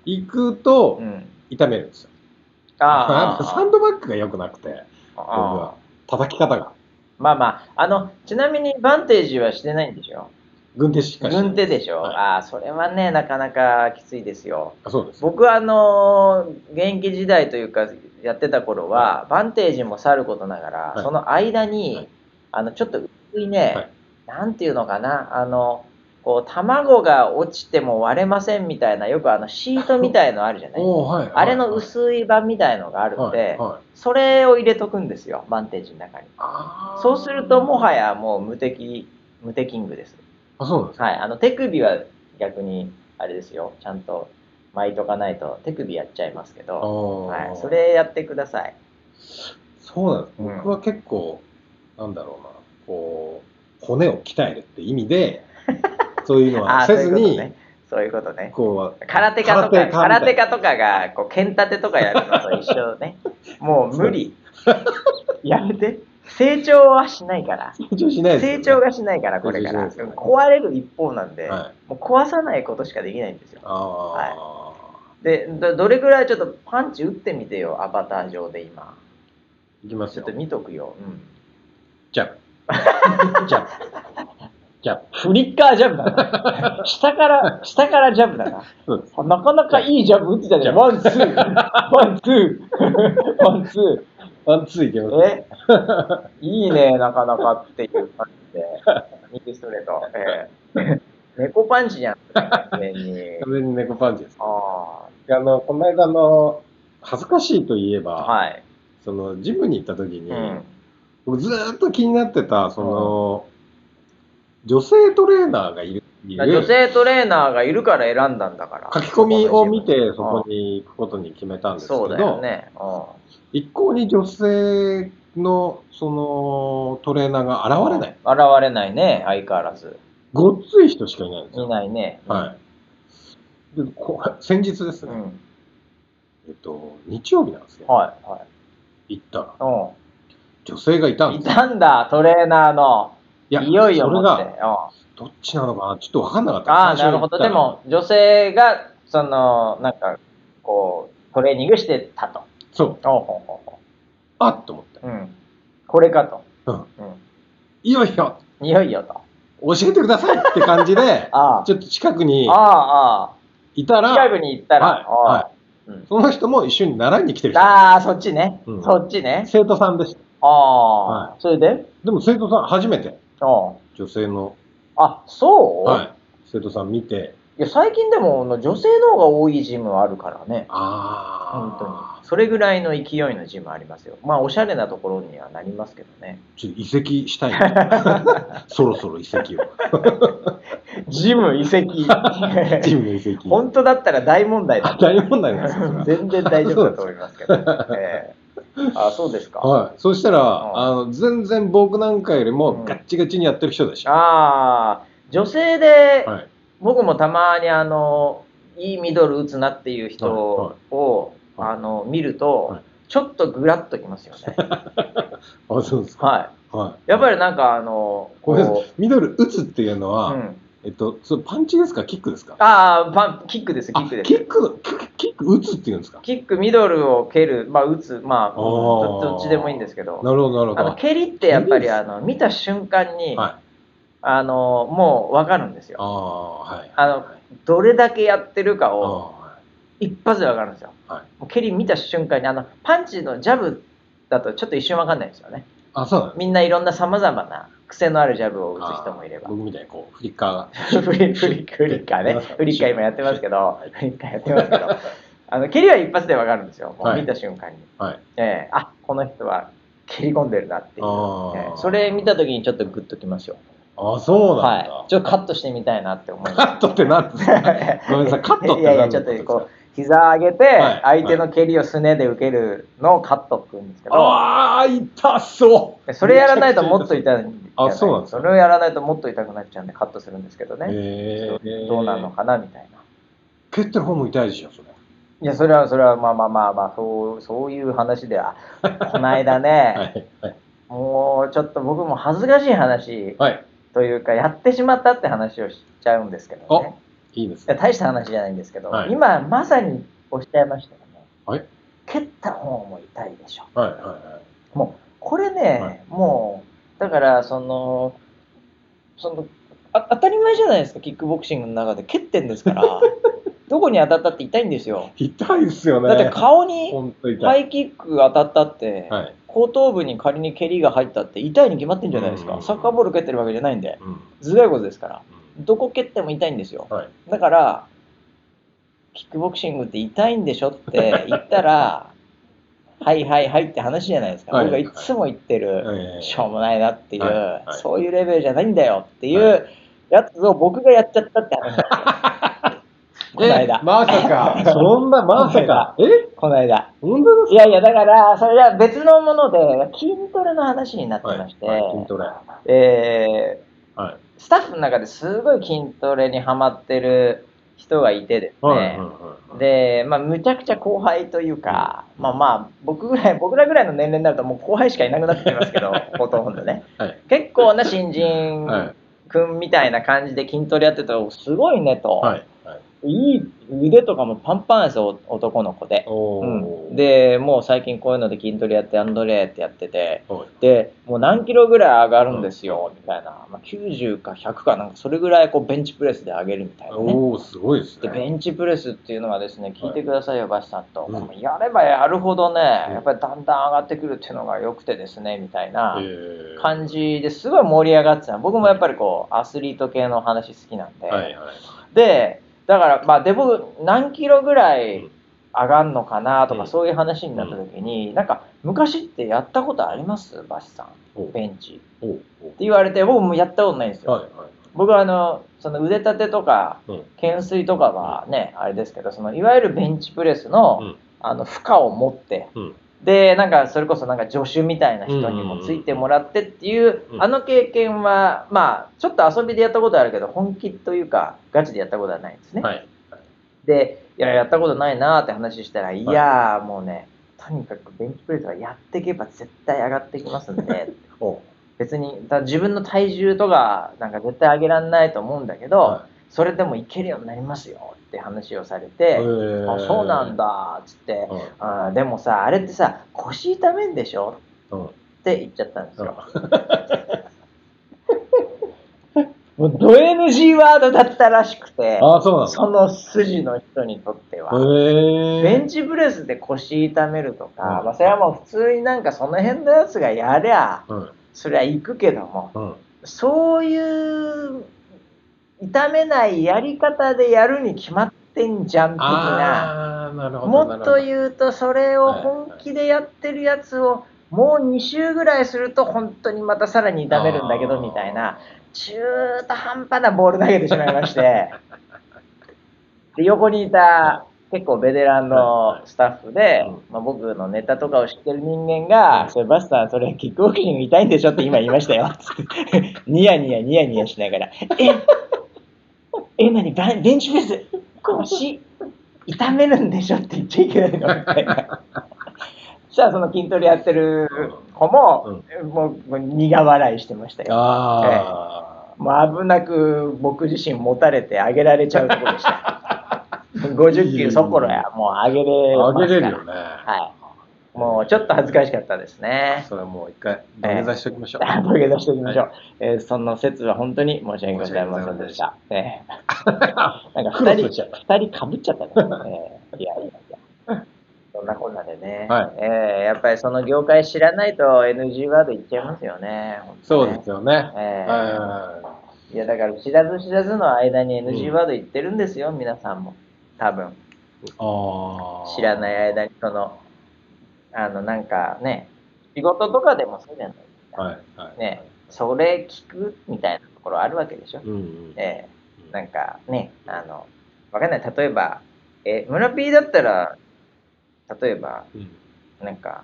[SPEAKER 2] 行くと
[SPEAKER 1] うん。
[SPEAKER 2] 痛めるんですよ。
[SPEAKER 1] あ
[SPEAKER 2] サン
[SPEAKER 1] あ
[SPEAKER 2] ドバッグが良くなくて、僕
[SPEAKER 1] ああ。
[SPEAKER 2] は。叩き方が。
[SPEAKER 1] まあまあ、あの、ちなみにバンテージはしてないんでしょ
[SPEAKER 2] 軍手しかしない
[SPEAKER 1] 軍手でしょ、
[SPEAKER 2] はい
[SPEAKER 1] ああ、それはね、なかなかきついですよ。
[SPEAKER 2] あそうです。
[SPEAKER 1] 僕はあのー現役時代というかやってた頃は、バンテージもさることながら、
[SPEAKER 2] はい
[SPEAKER 1] その間に、
[SPEAKER 2] はい
[SPEAKER 1] あのちょっと薄いね、
[SPEAKER 2] はい
[SPEAKER 1] なんていうのかなあのこう卵が落ちても割れませんみたいなよくあのシートみたいのあるじゃない
[SPEAKER 2] おーはいはい
[SPEAKER 1] あれの薄い版みたいのがあるんで、
[SPEAKER 2] はいはい
[SPEAKER 1] それを入れとくんですよバンテージの中に
[SPEAKER 2] あー
[SPEAKER 1] そうするともはやもう無敵無敵キングです
[SPEAKER 2] あそうなんですか
[SPEAKER 1] はい、あの手首は逆にあれですよ、ちゃんと巻いとかないと手首やっちゃいますけ
[SPEAKER 2] あ
[SPEAKER 1] ど、
[SPEAKER 2] ー
[SPEAKER 1] はい、それやってください。
[SPEAKER 2] そうなんです
[SPEAKER 1] うん
[SPEAKER 2] 僕は結構、なんだろうなこう骨を鍛えるって意 味でそういうの
[SPEAKER 1] あ
[SPEAKER 2] は
[SPEAKER 1] あー、
[SPEAKER 2] せ
[SPEAKER 1] そうい
[SPEAKER 2] ず
[SPEAKER 1] うこと
[SPEAKER 2] に
[SPEAKER 1] ね。そういうことね。
[SPEAKER 2] こう
[SPEAKER 1] 空手家とか、空手
[SPEAKER 2] みたい
[SPEAKER 1] 家とかが、こう、剣立てとかやるのと一緒 ね。もう無理。やめて。成長はしないから。
[SPEAKER 2] な成長しないですよ
[SPEAKER 1] 成
[SPEAKER 2] ね
[SPEAKER 1] 長がしないから、これから。
[SPEAKER 2] 成長しないですよね
[SPEAKER 1] 壊れる一方なんで、
[SPEAKER 2] はい
[SPEAKER 1] もう壊さないことしかできないんですよ。
[SPEAKER 2] あ
[SPEAKER 1] で、どどれぐらいちょっとパンチ打ってみてよ、アバター上で今。
[SPEAKER 2] ーいきます
[SPEAKER 1] ちょっ
[SPEAKER 2] よ
[SPEAKER 1] と見とくよ。うん
[SPEAKER 2] ジャ ブジャブジャ ブ
[SPEAKER 1] フリッカージャブだ な。下から、下からジャブだな。
[SPEAKER 2] そうです
[SPEAKER 1] なかなかいいジャブ打ってたじゃん。ワン、ツー。ワン、ツ ー。ワン、ツ
[SPEAKER 2] ワンツーいけます
[SPEAKER 1] ー。え いいね、なかなかっていう感じで。右ストレート。え え猫パンチじゃん。完全に。
[SPEAKER 2] 完全に猫パンチです
[SPEAKER 1] あ
[SPEAKER 2] あのこの間あの恥ずかしいといえば、
[SPEAKER 1] あ。はい。
[SPEAKER 2] そのジムに行った時に、
[SPEAKER 1] うん。
[SPEAKER 2] 僕ずーっと気になってた、その、女性トレーナーがいるってい
[SPEAKER 1] 女
[SPEAKER 2] う
[SPEAKER 1] 性トレーナーがいるから選んだんだから。
[SPEAKER 2] 書き込みを見て、そこ
[SPEAKER 1] に。
[SPEAKER 2] に行くことに決めたんですけ
[SPEAKER 1] そうだよ
[SPEAKER 2] ど、
[SPEAKER 1] ね。うん
[SPEAKER 2] 一向に女性の、その、トレーナーが現れない。
[SPEAKER 1] 現れないね、相変わらず。
[SPEAKER 2] ごっつい人しかいないんです
[SPEAKER 1] い
[SPEAKER 2] よ。
[SPEAKER 1] ないね。
[SPEAKER 2] はい。でこ 先日です
[SPEAKER 1] う
[SPEAKER 2] ね、
[SPEAKER 1] ん。
[SPEAKER 2] えっと、日曜日なんですけど、
[SPEAKER 1] はい。はい。
[SPEAKER 2] 行ったら、
[SPEAKER 1] うん。
[SPEAKER 2] 女性がいたん
[SPEAKER 1] い
[SPEAKER 2] ですよ。
[SPEAKER 1] たんだ、トレーナーの。
[SPEAKER 2] いや
[SPEAKER 1] いよいよ
[SPEAKER 2] そ
[SPEAKER 1] 持
[SPEAKER 2] れ
[SPEAKER 1] って。う
[SPEAKER 2] が、
[SPEAKER 1] んあ
[SPEAKER 2] どっちなのかな、ちょっとわかんなかった。
[SPEAKER 1] あー、なる
[SPEAKER 2] 最初行
[SPEAKER 1] ほ
[SPEAKER 2] った
[SPEAKER 1] ど。
[SPEAKER 2] ら
[SPEAKER 1] で、も、女性が、その、なんか、こう、トレーニングしてたと。
[SPEAKER 2] そう、
[SPEAKER 1] おうほうほうほ
[SPEAKER 2] あっと思って。
[SPEAKER 1] ううん。これかと。
[SPEAKER 2] うん。
[SPEAKER 1] う
[SPEAKER 2] いよいよ
[SPEAKER 1] ん。いよいよと。、
[SPEAKER 2] 教えてくださいって感じで
[SPEAKER 1] ああ。
[SPEAKER 2] ちょっと近くに
[SPEAKER 1] ああ、あ
[SPEAKER 2] いた
[SPEAKER 1] あ。近
[SPEAKER 2] ら、
[SPEAKER 1] くに行ったら、
[SPEAKER 2] はい
[SPEAKER 1] ああ
[SPEAKER 2] は
[SPEAKER 1] うん
[SPEAKER 2] その人も一緒に習いに来てる人。
[SPEAKER 1] ああ、そっちね。
[SPEAKER 2] うん
[SPEAKER 1] そっちね。
[SPEAKER 2] 生徒さんでした。
[SPEAKER 1] ああ、
[SPEAKER 2] は
[SPEAKER 1] それで
[SPEAKER 2] でも生徒さん初めて
[SPEAKER 1] あ
[SPEAKER 2] 女性の、
[SPEAKER 1] あ。あ、そう、
[SPEAKER 2] はい、生徒さん見て、
[SPEAKER 1] い、や、最近でも、あの女性の方が多いジムあるからね。本当に
[SPEAKER 2] あ
[SPEAKER 1] それぐらいの勢いのジムありますよまあおしゃれなところにはなりますけどね
[SPEAKER 2] ーちょっと移籍したいな そろそろ移 籍を。
[SPEAKER 1] ジム遺跡
[SPEAKER 2] チームの移籍。
[SPEAKER 1] 本当だったら大問題だ
[SPEAKER 2] あ大問題なんですよそれは。
[SPEAKER 1] 全然大丈夫だと思いますけど、ええあそうですか、
[SPEAKER 2] はい、そうした
[SPEAKER 1] う
[SPEAKER 2] ら、
[SPEAKER 1] ん
[SPEAKER 2] あの全然僕なんかより
[SPEAKER 1] うん
[SPEAKER 2] もガッチガチにやってる人でした。
[SPEAKER 1] ああ女性で、
[SPEAKER 2] はい、
[SPEAKER 1] 僕もたまにあのいいミドル打つなっていう人
[SPEAKER 2] はい
[SPEAKER 1] を、
[SPEAKER 2] はい
[SPEAKER 1] あの見ると、
[SPEAKER 2] はい
[SPEAKER 1] ちょっとグラッときますよね
[SPEAKER 2] あそうですか。
[SPEAKER 1] は
[SPEAKER 2] はい
[SPEAKER 1] やっぱりなんかあの
[SPEAKER 2] ごめんなさ
[SPEAKER 1] こ
[SPEAKER 2] いミドル打つっていうの
[SPEAKER 1] う
[SPEAKER 2] は、
[SPEAKER 1] うん、
[SPEAKER 2] えっと、それパンチですかキックですか
[SPEAKER 1] ああパンキックですキック
[SPEAKER 2] あ
[SPEAKER 1] です
[SPEAKER 2] キック、キックキック打つっていうんですか
[SPEAKER 1] キック、ミドルを蹴る、まあ、打つ、まあ、
[SPEAKER 2] あー
[SPEAKER 1] どどっちでもいいんですけど、
[SPEAKER 2] なるほど、なるほ
[SPEAKER 1] あの
[SPEAKER 2] ど。
[SPEAKER 1] 蹴りってやっぱ
[SPEAKER 2] 蹴りで
[SPEAKER 1] り
[SPEAKER 2] す
[SPEAKER 1] あの見た瞬間に、
[SPEAKER 2] はい。
[SPEAKER 1] あのもう分かるんです
[SPEAKER 2] あ
[SPEAKER 1] よ。
[SPEAKER 2] あ、はい。
[SPEAKER 1] あのどれだけやってるか
[SPEAKER 2] あ
[SPEAKER 1] を
[SPEAKER 2] あ、はい
[SPEAKER 1] 一発で分かるんですよ。
[SPEAKER 2] はい
[SPEAKER 1] もう蹴り見た瞬間にあの、パンチのジャブだとちょっと一瞬分かんないんですよね。
[SPEAKER 2] あ、そうなんです
[SPEAKER 1] みんないろんなさまざまな癖のあるジャブを打つ人もいれ
[SPEAKER 2] あー
[SPEAKER 1] ば。
[SPEAKER 2] 僕みたいにこう、フリッカー が。
[SPEAKER 1] フリフリフリッカーね
[SPEAKER 2] はい。
[SPEAKER 1] フリッカー今やってますけど、フリッカーやってますけど、あの蹴りは一発で分かるんですよ。もう
[SPEAKER 2] はい
[SPEAKER 1] 見た瞬間に。
[SPEAKER 2] はい。
[SPEAKER 1] ええあこの人は蹴り込んでるなっていう、
[SPEAKER 2] あー
[SPEAKER 1] ええそれ見た時にちょっとグッときますよ
[SPEAKER 2] ああ、そうなん
[SPEAKER 1] はい
[SPEAKER 2] だ。
[SPEAKER 1] ちょっとカットしてみたいなって思い
[SPEAKER 2] カ
[SPEAKER 1] ま
[SPEAKER 2] ットってなんですか
[SPEAKER 1] す
[SPEAKER 2] ごめんなさい、カットって
[SPEAKER 1] いやいや
[SPEAKER 2] 何
[SPEAKER 1] ち
[SPEAKER 2] の
[SPEAKER 1] ょっ
[SPEAKER 2] こ
[SPEAKER 1] と
[SPEAKER 2] とです
[SPEAKER 1] こ
[SPEAKER 2] か
[SPEAKER 1] う膝上げ
[SPEAKER 2] は
[SPEAKER 1] て
[SPEAKER 2] い、
[SPEAKER 1] 相手の蹴りをすねで受けるのをカットって言うんですけど、
[SPEAKER 2] ああ、痛そう
[SPEAKER 1] でそれやらないともっと痛いじゃない
[SPEAKER 2] あそうなんですか
[SPEAKER 1] それをやらないともっと痛くなっちゃうんでカットするんですけどね、
[SPEAKER 2] えー、
[SPEAKER 1] どうなるのかなみたいな。
[SPEAKER 2] 蹴ってる方も痛いでしょ、それ。
[SPEAKER 1] いや、それは、それは、まあまあまあまあ、そう、そういう話では、この間ね、
[SPEAKER 2] はい。はい。
[SPEAKER 1] もうちょっと僕も恥ずかしい話
[SPEAKER 2] はい。
[SPEAKER 1] というか、やってしまったって話をしちゃうんですけどね。
[SPEAKER 2] いいです
[SPEAKER 1] いや
[SPEAKER 2] ね。
[SPEAKER 1] 大した話じゃないんですけど、
[SPEAKER 2] はい
[SPEAKER 1] 今まさにおっしゃいましたよね。
[SPEAKER 2] はい
[SPEAKER 1] 蹴った方も痛いでしょ。
[SPEAKER 2] はい。はい。はい。
[SPEAKER 1] もう、これね、
[SPEAKER 2] はい
[SPEAKER 1] もう、だから、その、そのあ、当たり前じゃないですか、キックボクシングの中で蹴ってんです から、どこに当たったって痛いんですよ。
[SPEAKER 2] 痛いですよね。
[SPEAKER 1] だって顔に
[SPEAKER 2] 本当痛い。
[SPEAKER 1] ハイキック当たったって、
[SPEAKER 2] はい。
[SPEAKER 1] 後頭部に仮に蹴りが入ったって痛いに決まってんじゃないです
[SPEAKER 2] う
[SPEAKER 1] か。
[SPEAKER 2] ん
[SPEAKER 1] サッカーボール蹴ってるわけじゃないんで、
[SPEAKER 2] うん。うん
[SPEAKER 1] ずるいことですから。どこ蹴っても痛いんですよ。
[SPEAKER 2] はい。
[SPEAKER 1] だから、キックボクシングって痛いんでしょ って言ったら、はいはいはいって話じゃないですか。
[SPEAKER 2] はい
[SPEAKER 1] 僕がいつも言ってる、
[SPEAKER 2] えー
[SPEAKER 1] しょうもないなっていう、
[SPEAKER 2] はいはい
[SPEAKER 1] そういうレベルじゃないんだよってい
[SPEAKER 2] は
[SPEAKER 1] うやつを僕がやっちゃったって話なん ですよこの間
[SPEAKER 2] え、まさか、 そんな、まさか。え
[SPEAKER 1] この間。
[SPEAKER 2] 本当で
[SPEAKER 1] いやいや、だから、それは別のもので、筋トレの話になっ
[SPEAKER 2] す
[SPEAKER 1] て
[SPEAKER 2] か
[SPEAKER 1] まして、
[SPEAKER 2] はい筋トレ。は
[SPEAKER 1] え
[SPEAKER 2] い。
[SPEAKER 1] ースタッフの中ですごい筋トレにハマってる人がいてですね、
[SPEAKER 2] はい。はい。
[SPEAKER 1] で、まあ、むちゃくちゃ後輩というか、まあまあ、僕ぐらい、僕 らぐらいの年齢になると、もう後輩しかいなくなってきます けど、ほとんどね。
[SPEAKER 2] はい。
[SPEAKER 1] 結構な新人
[SPEAKER 2] はい。
[SPEAKER 1] くんみたいな感じで筋トレやってたら、すごいねと、
[SPEAKER 2] はい。はい。
[SPEAKER 1] い、い腕とかもパンパンですよ、男の子で。
[SPEAKER 2] お
[SPEAKER 1] うん、
[SPEAKER 2] ー。、
[SPEAKER 1] で、もう最近こういうので筋トレやって、アンドレーってやってて、
[SPEAKER 2] はい。
[SPEAKER 1] で、もう何キロぐらい上がるんですよ、みたいな。まあ、90か100かなんか、それぐらいこうベンチプレスで上げるみたいなね。
[SPEAKER 2] おー、すごいです
[SPEAKER 1] で
[SPEAKER 2] ね。
[SPEAKER 1] ベンチプレスっていうのはですね聞いてくださいよ、バシさんと、
[SPEAKER 2] うん
[SPEAKER 1] やればやるほどね、
[SPEAKER 2] うん
[SPEAKER 1] やっぱりだんだん上がってくるっていうのが良くてですねみたいな
[SPEAKER 2] えー
[SPEAKER 1] 感じですごい盛り上がってたの僕もやっぱりこうアスリート系の話好きなんで、
[SPEAKER 2] はい。はい。
[SPEAKER 1] でだからまあで僕何キロぐらい上がるのかなとか、
[SPEAKER 2] うん
[SPEAKER 1] そういう話になった時に、なんか昔ってやったことありますバシさん
[SPEAKER 2] おう
[SPEAKER 1] ベンチっ
[SPEAKER 2] おうおう
[SPEAKER 1] て言われて僕もやったことないんですよ、
[SPEAKER 2] はいは
[SPEAKER 1] 僕はあのその腕立てとか
[SPEAKER 2] い。うん。
[SPEAKER 1] 懸垂とかはね、あれですけどそのいわゆるベンチプレスの,、
[SPEAKER 2] うん
[SPEAKER 1] あの負荷を持って
[SPEAKER 2] うん。
[SPEAKER 1] でなんかそれこそなんか助手みたいな人にもついてもらってっていう、
[SPEAKER 2] うん
[SPEAKER 1] あの経験はまあちょっと遊びでやったことあるけど本気というかガチでやったことはないんですね、
[SPEAKER 2] はい。
[SPEAKER 1] でいややったことないなーって話したらいやーもうねとにかくベンチプレスはやっていけば絶対上がってきますんで
[SPEAKER 2] おう
[SPEAKER 1] 別にだから自分の体重とかなんか絶対上げられないと思うんだけど、
[SPEAKER 2] は
[SPEAKER 1] それでもいけるようになりますよって話をされ
[SPEAKER 2] い。
[SPEAKER 1] て、
[SPEAKER 2] ー
[SPEAKER 1] あそうなん。だっつって、
[SPEAKER 2] はい
[SPEAKER 1] あーでもさあれってさ腰痛めんでしょ
[SPEAKER 2] うん。
[SPEAKER 1] って言っちゃったんですよ。もうド NG ワードだったらしくて
[SPEAKER 2] ああ、そうなんだ。
[SPEAKER 1] その筋の人にとっては。
[SPEAKER 2] へえ。
[SPEAKER 1] ベンチプレスで腰痛めるとか、
[SPEAKER 2] うん
[SPEAKER 1] まあ、それはもう普通になんかその辺のやつがやりゃ
[SPEAKER 2] うん。
[SPEAKER 1] そりゃ行くけども
[SPEAKER 2] うん。
[SPEAKER 1] そういう痛めないやり方でやるに決まってんじゃん的な
[SPEAKER 2] ああ、なるほど。
[SPEAKER 1] もっと
[SPEAKER 2] う。
[SPEAKER 1] 言うとそれを本気でやってるやつをもう2週ぐらいすると本当にまたさらに痛めるんだけどみたいな中途半端なボール投げてしまいまして で横にいた結構ベテランのスタッフで
[SPEAKER 2] うん、
[SPEAKER 1] まあ、僕のネタとかを知ってる人間
[SPEAKER 2] う
[SPEAKER 1] が「
[SPEAKER 2] ん
[SPEAKER 1] それバスさんそれキックボクシング痛いんでしょ?」って今言いました よつってニヤニヤニヤニヤしながら「ええ何バンベンチプレス腰痛めるんでしょ?」って言っちゃいけないのみたいな。そしたらその筋トレやってる子も、もうもう苦笑いしてましたよ。
[SPEAKER 2] あ
[SPEAKER 1] もう危なく僕自身持たれて上げられちゃうところでした。50キロそころや、もう上げ
[SPEAKER 2] あ。
[SPEAKER 1] れ
[SPEAKER 2] あ
[SPEAKER 1] ますから
[SPEAKER 2] げれるよね。
[SPEAKER 1] はい。もうちょっと恥ずかしかったですね。
[SPEAKER 2] それはもう一回、土下座しておきまし ょう。
[SPEAKER 1] 土下座しておきましょう。えーその説は本当に申し訳ございませんでした。え ーなんか
[SPEAKER 2] クロ
[SPEAKER 1] 二
[SPEAKER 2] ス
[SPEAKER 1] 人、
[SPEAKER 2] しちゃっ
[SPEAKER 1] 二人かぶっちゃ ったね。えーいやいやいや。そんなこんなでね、
[SPEAKER 2] はい
[SPEAKER 1] えーやっぱりその業界知らないと NG ワード言っちゃいますよね。本当
[SPEAKER 2] そう
[SPEAKER 1] ね
[SPEAKER 2] ですよね。
[SPEAKER 1] え
[SPEAKER 2] はい
[SPEAKER 1] え
[SPEAKER 2] はいはい
[SPEAKER 1] やだから知らず知らずの間に NG
[SPEAKER 2] うん
[SPEAKER 1] ワード言ってるんですよ、皆さんも多分
[SPEAKER 2] い。ああ。
[SPEAKER 1] 知らない間にそのあのなんかね仕事とかでもそうじゃないですか、
[SPEAKER 2] はい。はい。
[SPEAKER 1] ねそれ聞くみたいなところあるわけでしょ、
[SPEAKER 2] うんうん。
[SPEAKER 1] ええ
[SPEAKER 2] うん
[SPEAKER 1] なんかねあのわかんない例えばえ、村 P だったら、例えば、
[SPEAKER 2] うん
[SPEAKER 1] なんか、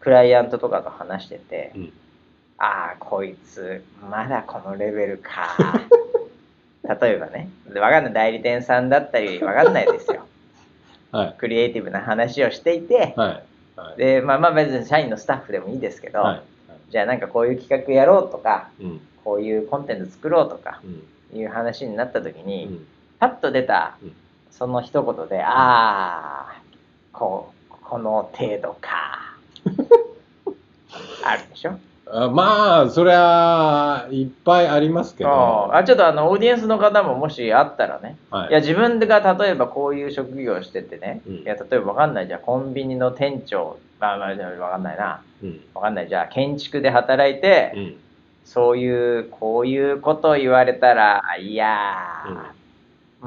[SPEAKER 1] クライアントとかと話してて、
[SPEAKER 2] うん
[SPEAKER 1] ああ、こいつ、まだこのレベル か。例えばね、でわかんない代理店さんだったり、わかんないです よ。
[SPEAKER 2] はい
[SPEAKER 1] クリエイティブな話をしていて、
[SPEAKER 2] はいはい
[SPEAKER 1] で、まあまあ別に社員のスタッフでもいいですけど、
[SPEAKER 2] はい
[SPEAKER 1] じゃあなんかこういう企画やろうとか、
[SPEAKER 2] うん
[SPEAKER 1] こういうコンテンツ作ろうとか
[SPEAKER 2] うん
[SPEAKER 1] いう話になった時
[SPEAKER 2] う
[SPEAKER 1] に、
[SPEAKER 2] ん
[SPEAKER 1] パッと出た
[SPEAKER 2] うん
[SPEAKER 1] その一言で、ああこうこの程度 かあるでしょ
[SPEAKER 2] あまあそりゃいっぱいありますけど
[SPEAKER 1] あ
[SPEAKER 2] は
[SPEAKER 1] あちょっとあのオーディエンスの方ももしあったらね、い、
[SPEAKER 2] い
[SPEAKER 1] や自分が例えばこういう職業をしててね、
[SPEAKER 2] うん
[SPEAKER 1] いや例えばわかんないじゃあコンビニの店長まあまあじゃあわかんないな
[SPEAKER 2] うん
[SPEAKER 1] わかんないじゃあ建築で働いて、
[SPEAKER 2] うん
[SPEAKER 1] そういうこういうことを言われたらいやー、
[SPEAKER 2] うん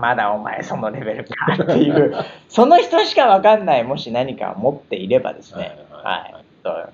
[SPEAKER 1] まだお前そのレベルかっていう、その人しかわかんない、もし何かを持っていればですね、
[SPEAKER 2] はいはいはい
[SPEAKER 1] はいちょっと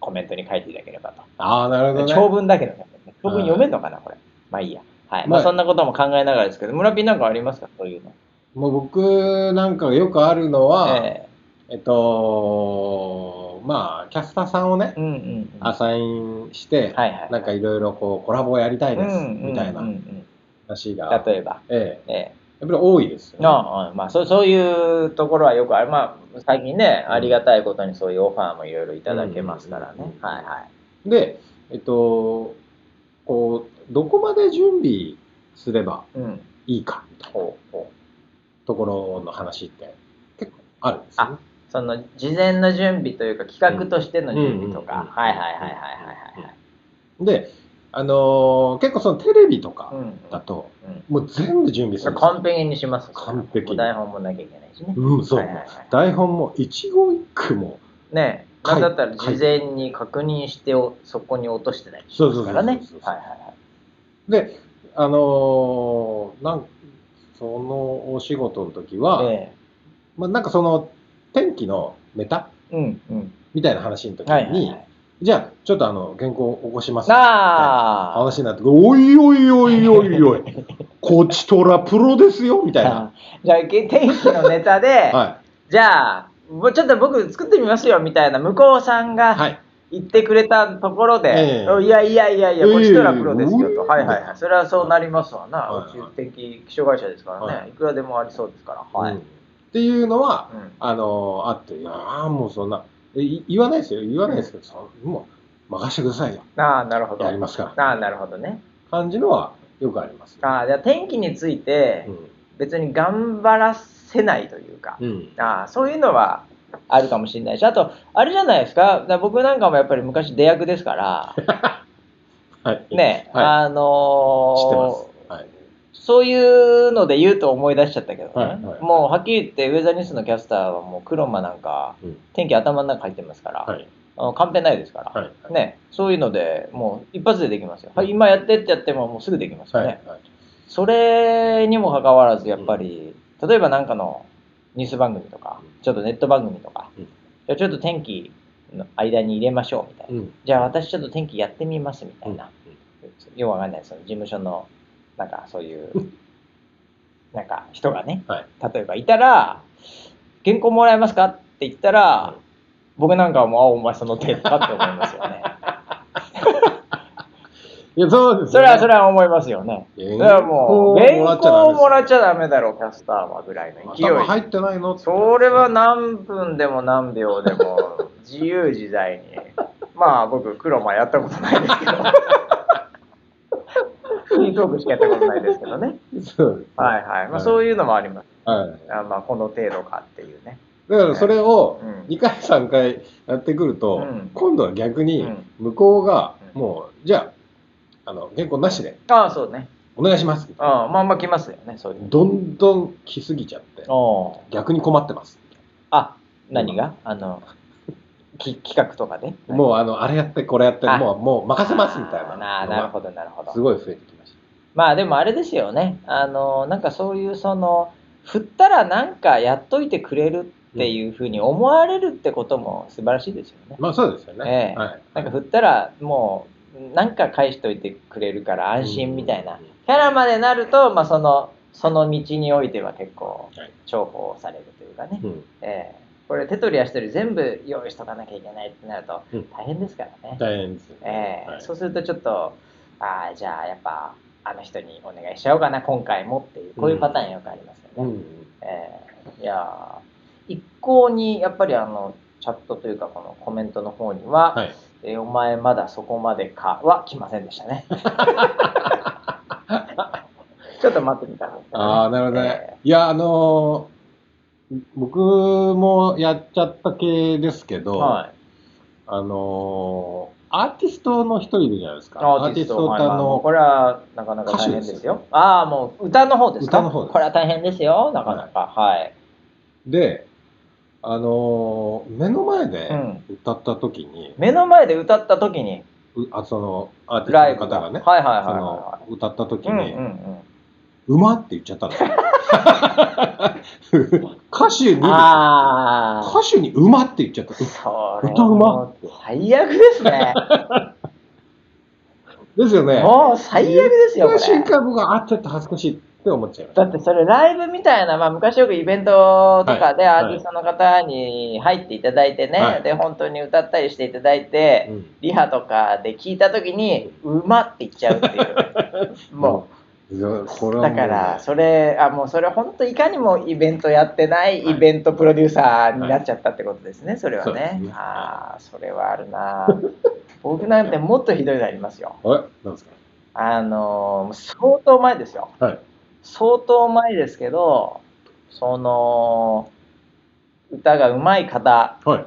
[SPEAKER 1] コメントに書いていただければと。
[SPEAKER 2] ああなるほどね
[SPEAKER 1] 長文だけどね、長文読めんのかな、これ。まあいいや。はい。ま
[SPEAKER 2] ま
[SPEAKER 1] あ
[SPEAKER 2] あ
[SPEAKER 1] そんなことも考えながらですけど、村ピなんかありますかそういうの。
[SPEAKER 2] もう僕なんかよくあるのは、
[SPEAKER 1] え
[SPEAKER 2] えっとまあキャスターさんをね
[SPEAKER 1] え、うんうんうん。
[SPEAKER 2] アサインして、
[SPEAKER 1] はいはい。
[SPEAKER 2] なんかいろいろこうコラボやりたいですみたい
[SPEAKER 1] うんう
[SPEAKER 2] なん話
[SPEAKER 1] う
[SPEAKER 2] が、
[SPEAKER 1] ん例えば。
[SPEAKER 2] え
[SPEAKER 1] え
[SPEAKER 2] え
[SPEAKER 1] え
[SPEAKER 2] やっぱり多いですよね、
[SPEAKER 1] ああまあそうそういうところはよくある、まあ、最近ね、ありがたいことにそういうオファーもいろいろいただけますから
[SPEAKER 2] うんうん
[SPEAKER 1] ね
[SPEAKER 2] う。ん
[SPEAKER 1] はいはい。
[SPEAKER 2] でえっとこうどこまで準備すれば
[SPEAKER 1] うん。
[SPEAKER 2] いいかみたいな
[SPEAKER 1] ほうほう。
[SPEAKER 2] ところの話って結構あるんですよね。
[SPEAKER 1] その事前の準備というか企画としての準備と
[SPEAKER 2] うん
[SPEAKER 1] か、
[SPEAKER 2] うん
[SPEAKER 1] はいはいはいはいはいはい。
[SPEAKER 2] で、あのー結構そのテレビと
[SPEAKER 1] う
[SPEAKER 2] か
[SPEAKER 1] ん
[SPEAKER 2] だと、
[SPEAKER 1] うん
[SPEAKER 2] もう全部準備するんですよ
[SPEAKER 1] 完璧にします。
[SPEAKER 2] 完璧
[SPEAKER 1] お台本もなきゃいけないしね。
[SPEAKER 2] うん、そう、
[SPEAKER 1] はいはいはい
[SPEAKER 2] 台本も一語一句も、
[SPEAKER 1] ねえ、
[SPEAKER 2] はい
[SPEAKER 1] なんだったら事前に確認しておそこに落としてない
[SPEAKER 2] そうそうそうそう
[SPEAKER 1] からね。はい
[SPEAKER 2] そう
[SPEAKER 1] はいはい。
[SPEAKER 2] で、あのーなんそのお仕事の時は、
[SPEAKER 1] え
[SPEAKER 2] まあ、なんかその天気のネタ
[SPEAKER 1] えうんうん。
[SPEAKER 2] みたいな話の時に、
[SPEAKER 1] はいはいはい。
[SPEAKER 2] じゃあちょっとあの原稿を起こしますみたいな
[SPEAKER 1] ああ。
[SPEAKER 2] 話になって、おいおいおいおいおい、こちとらプロですよみたいな。
[SPEAKER 1] じゃあけ天気のネタで、
[SPEAKER 2] は
[SPEAKER 1] じゃあもうちょっと僕作ってみますよみたいな向こうさん
[SPEAKER 2] い。は
[SPEAKER 1] が
[SPEAKER 2] い
[SPEAKER 1] 言ってくれたところで、
[SPEAKER 2] ええ
[SPEAKER 1] いやいやいやいや、
[SPEAKER 2] いやい
[SPEAKER 1] こ
[SPEAKER 2] やいや
[SPEAKER 1] ちとらプロですよ
[SPEAKER 2] う
[SPEAKER 1] と、
[SPEAKER 2] ん
[SPEAKER 1] はいはいはい、それはそうなりますわな、
[SPEAKER 2] はいは
[SPEAKER 1] 宇宙的気象会社ですからね、、
[SPEAKER 2] はい
[SPEAKER 1] くらでもありそうですから、はい。
[SPEAKER 2] う
[SPEAKER 1] うん
[SPEAKER 2] っ
[SPEAKER 1] ん
[SPEAKER 2] ていうのは、あのあって、ああ、もうそんな、えい言わないですよ、言わないですけど、そもう任せてくださいよ、
[SPEAKER 1] ああ、なるほど。
[SPEAKER 2] やり
[SPEAKER 1] あ
[SPEAKER 2] ますから、
[SPEAKER 1] あ、なるほどね。
[SPEAKER 2] 感じのはよくあります。
[SPEAKER 1] ああ、じゃあ天気について
[SPEAKER 2] う、ん
[SPEAKER 1] 別に頑張らせないというか、
[SPEAKER 2] うん
[SPEAKER 1] ああそういうのはあるかもしれないしあとあれじゃないですかだから僕なんかもやっぱり昔出役です から
[SPEAKER 2] はい、
[SPEAKER 1] ね、
[SPEAKER 2] はい
[SPEAKER 1] あの
[SPEAKER 2] 知って
[SPEAKER 1] ー
[SPEAKER 2] ます。はい、
[SPEAKER 1] そういうので言うと思い出しちゃったけどね、
[SPEAKER 2] はいはい
[SPEAKER 1] もうはっきり言ってウェザーニュースのキャスターはもう黒間なんか
[SPEAKER 2] うん
[SPEAKER 1] 天気頭の中入ってますから、
[SPEAKER 2] はい、
[SPEAKER 1] あのカンペないですから、
[SPEAKER 2] はい、はい、
[SPEAKER 1] ねそういうのでもう一発でできますよ、はい、今やってってやってももうすぐできますよ
[SPEAKER 2] は
[SPEAKER 1] ね、
[SPEAKER 2] い、はい、
[SPEAKER 1] それにもかかわらず、やっぱり、例えばなんかのニュース番組とか
[SPEAKER 2] う、
[SPEAKER 1] ちょっとネット番組とか、
[SPEAKER 2] うん
[SPEAKER 1] じゃあちょっと天気の間に入れましょうみたいな。
[SPEAKER 2] うん、
[SPEAKER 1] じゃあ私ちょっと天気やってみますみた
[SPEAKER 2] う
[SPEAKER 1] い
[SPEAKER 2] ん
[SPEAKER 1] な。よくわかんない、その事務所の、なんかそういう、なんか人がね、
[SPEAKER 2] はい、
[SPEAKER 1] 例えばいたら、原稿もらえますかって言ったら、僕なんかはもう、あ、お前その程度かって思いますよ ね。
[SPEAKER 2] いや、そうです
[SPEAKER 1] それはそれは思いますよね。
[SPEAKER 2] れ
[SPEAKER 1] だからもう、原稿をもらっちゃダメだろ、キャスターはぐらいの勢い。
[SPEAKER 2] 頭入ってないの
[SPEAKER 1] それは何分でも何秒で も自由自在に。まあ僕、黒間やったことないですけ ど。フリートークしかやったことないですけどね。
[SPEAKER 2] そう
[SPEAKER 1] はいはい。まあそういうのもあります。
[SPEAKER 2] はい。
[SPEAKER 1] あまあこの程度かっていうね。
[SPEAKER 2] だからそれを
[SPEAKER 1] うん
[SPEAKER 2] 2回3回やってくると、
[SPEAKER 1] うん
[SPEAKER 2] 今度は逆に
[SPEAKER 1] うん
[SPEAKER 2] 向こうが
[SPEAKER 1] う
[SPEAKER 2] もう、じゃああの原稿なしで
[SPEAKER 1] ああ、そうね。
[SPEAKER 2] お願いしますって
[SPEAKER 1] ああまあまあ来ますよね、そういうの。
[SPEAKER 2] どんどん来すぎちゃって
[SPEAKER 1] おう
[SPEAKER 2] 逆に困ってます
[SPEAKER 1] あ、何があの、 き企画とかで
[SPEAKER 2] もうあのあれやってこれやって
[SPEAKER 1] あ
[SPEAKER 2] もうもう任せますみたいな
[SPEAKER 1] あーなあなるほど、なるほど
[SPEAKER 2] す。ごい増えてきまし
[SPEAKER 1] まあでもあれですよね、あのなんかそういうその振ったらなんかやっといてくれるっていうふうに思われるってことも素晴らしいですよね
[SPEAKER 2] た。まあそうですよ
[SPEAKER 1] え
[SPEAKER 2] ね、
[SPEAKER 1] え
[SPEAKER 2] はい
[SPEAKER 1] なんか振ったらもうなんか返しといてくれるから安心みたいな
[SPEAKER 2] うん
[SPEAKER 1] キャラまでなると、まあ、そのその道においては結構
[SPEAKER 2] はい
[SPEAKER 1] 重宝されるというかね、
[SPEAKER 2] うん、
[SPEAKER 1] ええこれ手取り足取り全部用意しとかなきゃいけないってなると
[SPEAKER 2] うん
[SPEAKER 1] 大変ですからね、
[SPEAKER 2] 大変ですよね。
[SPEAKER 1] ええ
[SPEAKER 2] はい
[SPEAKER 1] そうするとちょっとああじゃあやっぱあの人にお願いしちゃおうかな今回もっていうこういうパターンよくありますよね、
[SPEAKER 2] うん、
[SPEAKER 1] えーいやー一向にやっぱりあのチャットというかこのコメントの方には、
[SPEAKER 2] はい。
[SPEAKER 1] えーお前まだそこまでかは来ませんでした ね。ちょっと待ってみたんですけどね
[SPEAKER 2] ああ、なるほどね。いや、あのー僕もやっちゃった系ですけ
[SPEAKER 1] えー
[SPEAKER 2] ど、
[SPEAKER 1] はい。
[SPEAKER 2] あのーアーティストの一人いるじゃないですか。
[SPEAKER 1] アーティスト、
[SPEAKER 2] アー
[SPEAKER 1] はい
[SPEAKER 2] ティ
[SPEAKER 1] まあ
[SPEAKER 2] あ
[SPEAKER 1] もう
[SPEAKER 2] の、
[SPEAKER 1] これはなかなか大変です
[SPEAKER 2] 歌手
[SPEAKER 1] よ。
[SPEAKER 2] ですよ
[SPEAKER 1] ああ、もう歌の方ですか
[SPEAKER 2] 歌の方です
[SPEAKER 1] これは大変ですよ、なかなか。はい。
[SPEAKER 2] で、あのー目の前で
[SPEAKER 1] うん
[SPEAKER 2] 歌った時に、
[SPEAKER 1] 目の前で歌った時に、
[SPEAKER 2] うあそのアーティ
[SPEAKER 1] ライ
[SPEAKER 2] スト
[SPEAKER 1] ブ
[SPEAKER 2] の方
[SPEAKER 1] が。
[SPEAKER 2] がね、
[SPEAKER 1] はいはいはい
[SPEAKER 2] そ
[SPEAKER 1] はい
[SPEAKER 2] の
[SPEAKER 1] は
[SPEAKER 2] 歌った時
[SPEAKER 1] い。うんうん
[SPEAKER 2] に、
[SPEAKER 1] うん。
[SPEAKER 2] うまって言っち ゃったんですよ。歌手に、歌
[SPEAKER 1] ああ。
[SPEAKER 2] 手にうまって言っちゃった。
[SPEAKER 1] それ
[SPEAKER 2] 歌うま
[SPEAKER 1] 最悪です ね。
[SPEAKER 2] ですよね。
[SPEAKER 1] もう最悪ですよ、こ
[SPEAKER 2] 言った瞬
[SPEAKER 1] れ。
[SPEAKER 2] 間僕はあちょっと恥ずかしいって思っちゃいました。
[SPEAKER 1] だってそれライブみたいな、まあ、昔よくイベントとかでアーティストの方に入っていただいてね、
[SPEAKER 2] はい
[SPEAKER 1] で本当に歌ったりしていただいて、
[SPEAKER 2] うん
[SPEAKER 1] リハとかで聞いた時に「うま」って言っちゃうってい うも
[SPEAKER 2] う、いやこ
[SPEAKER 1] う
[SPEAKER 2] れ
[SPEAKER 1] だ
[SPEAKER 2] はもう
[SPEAKER 1] からそれあもうそれ本当いかにもイベントやってないイベントプロデューサーになっちゃったってことですね、それは
[SPEAKER 2] そうです
[SPEAKER 1] ね
[SPEAKER 2] ね
[SPEAKER 1] ああそれはあるな僕なんてもっとひどいのありますよ
[SPEAKER 2] あれなんですか
[SPEAKER 1] あのー相当前ですよ
[SPEAKER 2] はい。
[SPEAKER 1] 相当前ですけどその歌が上手い方
[SPEAKER 2] はい。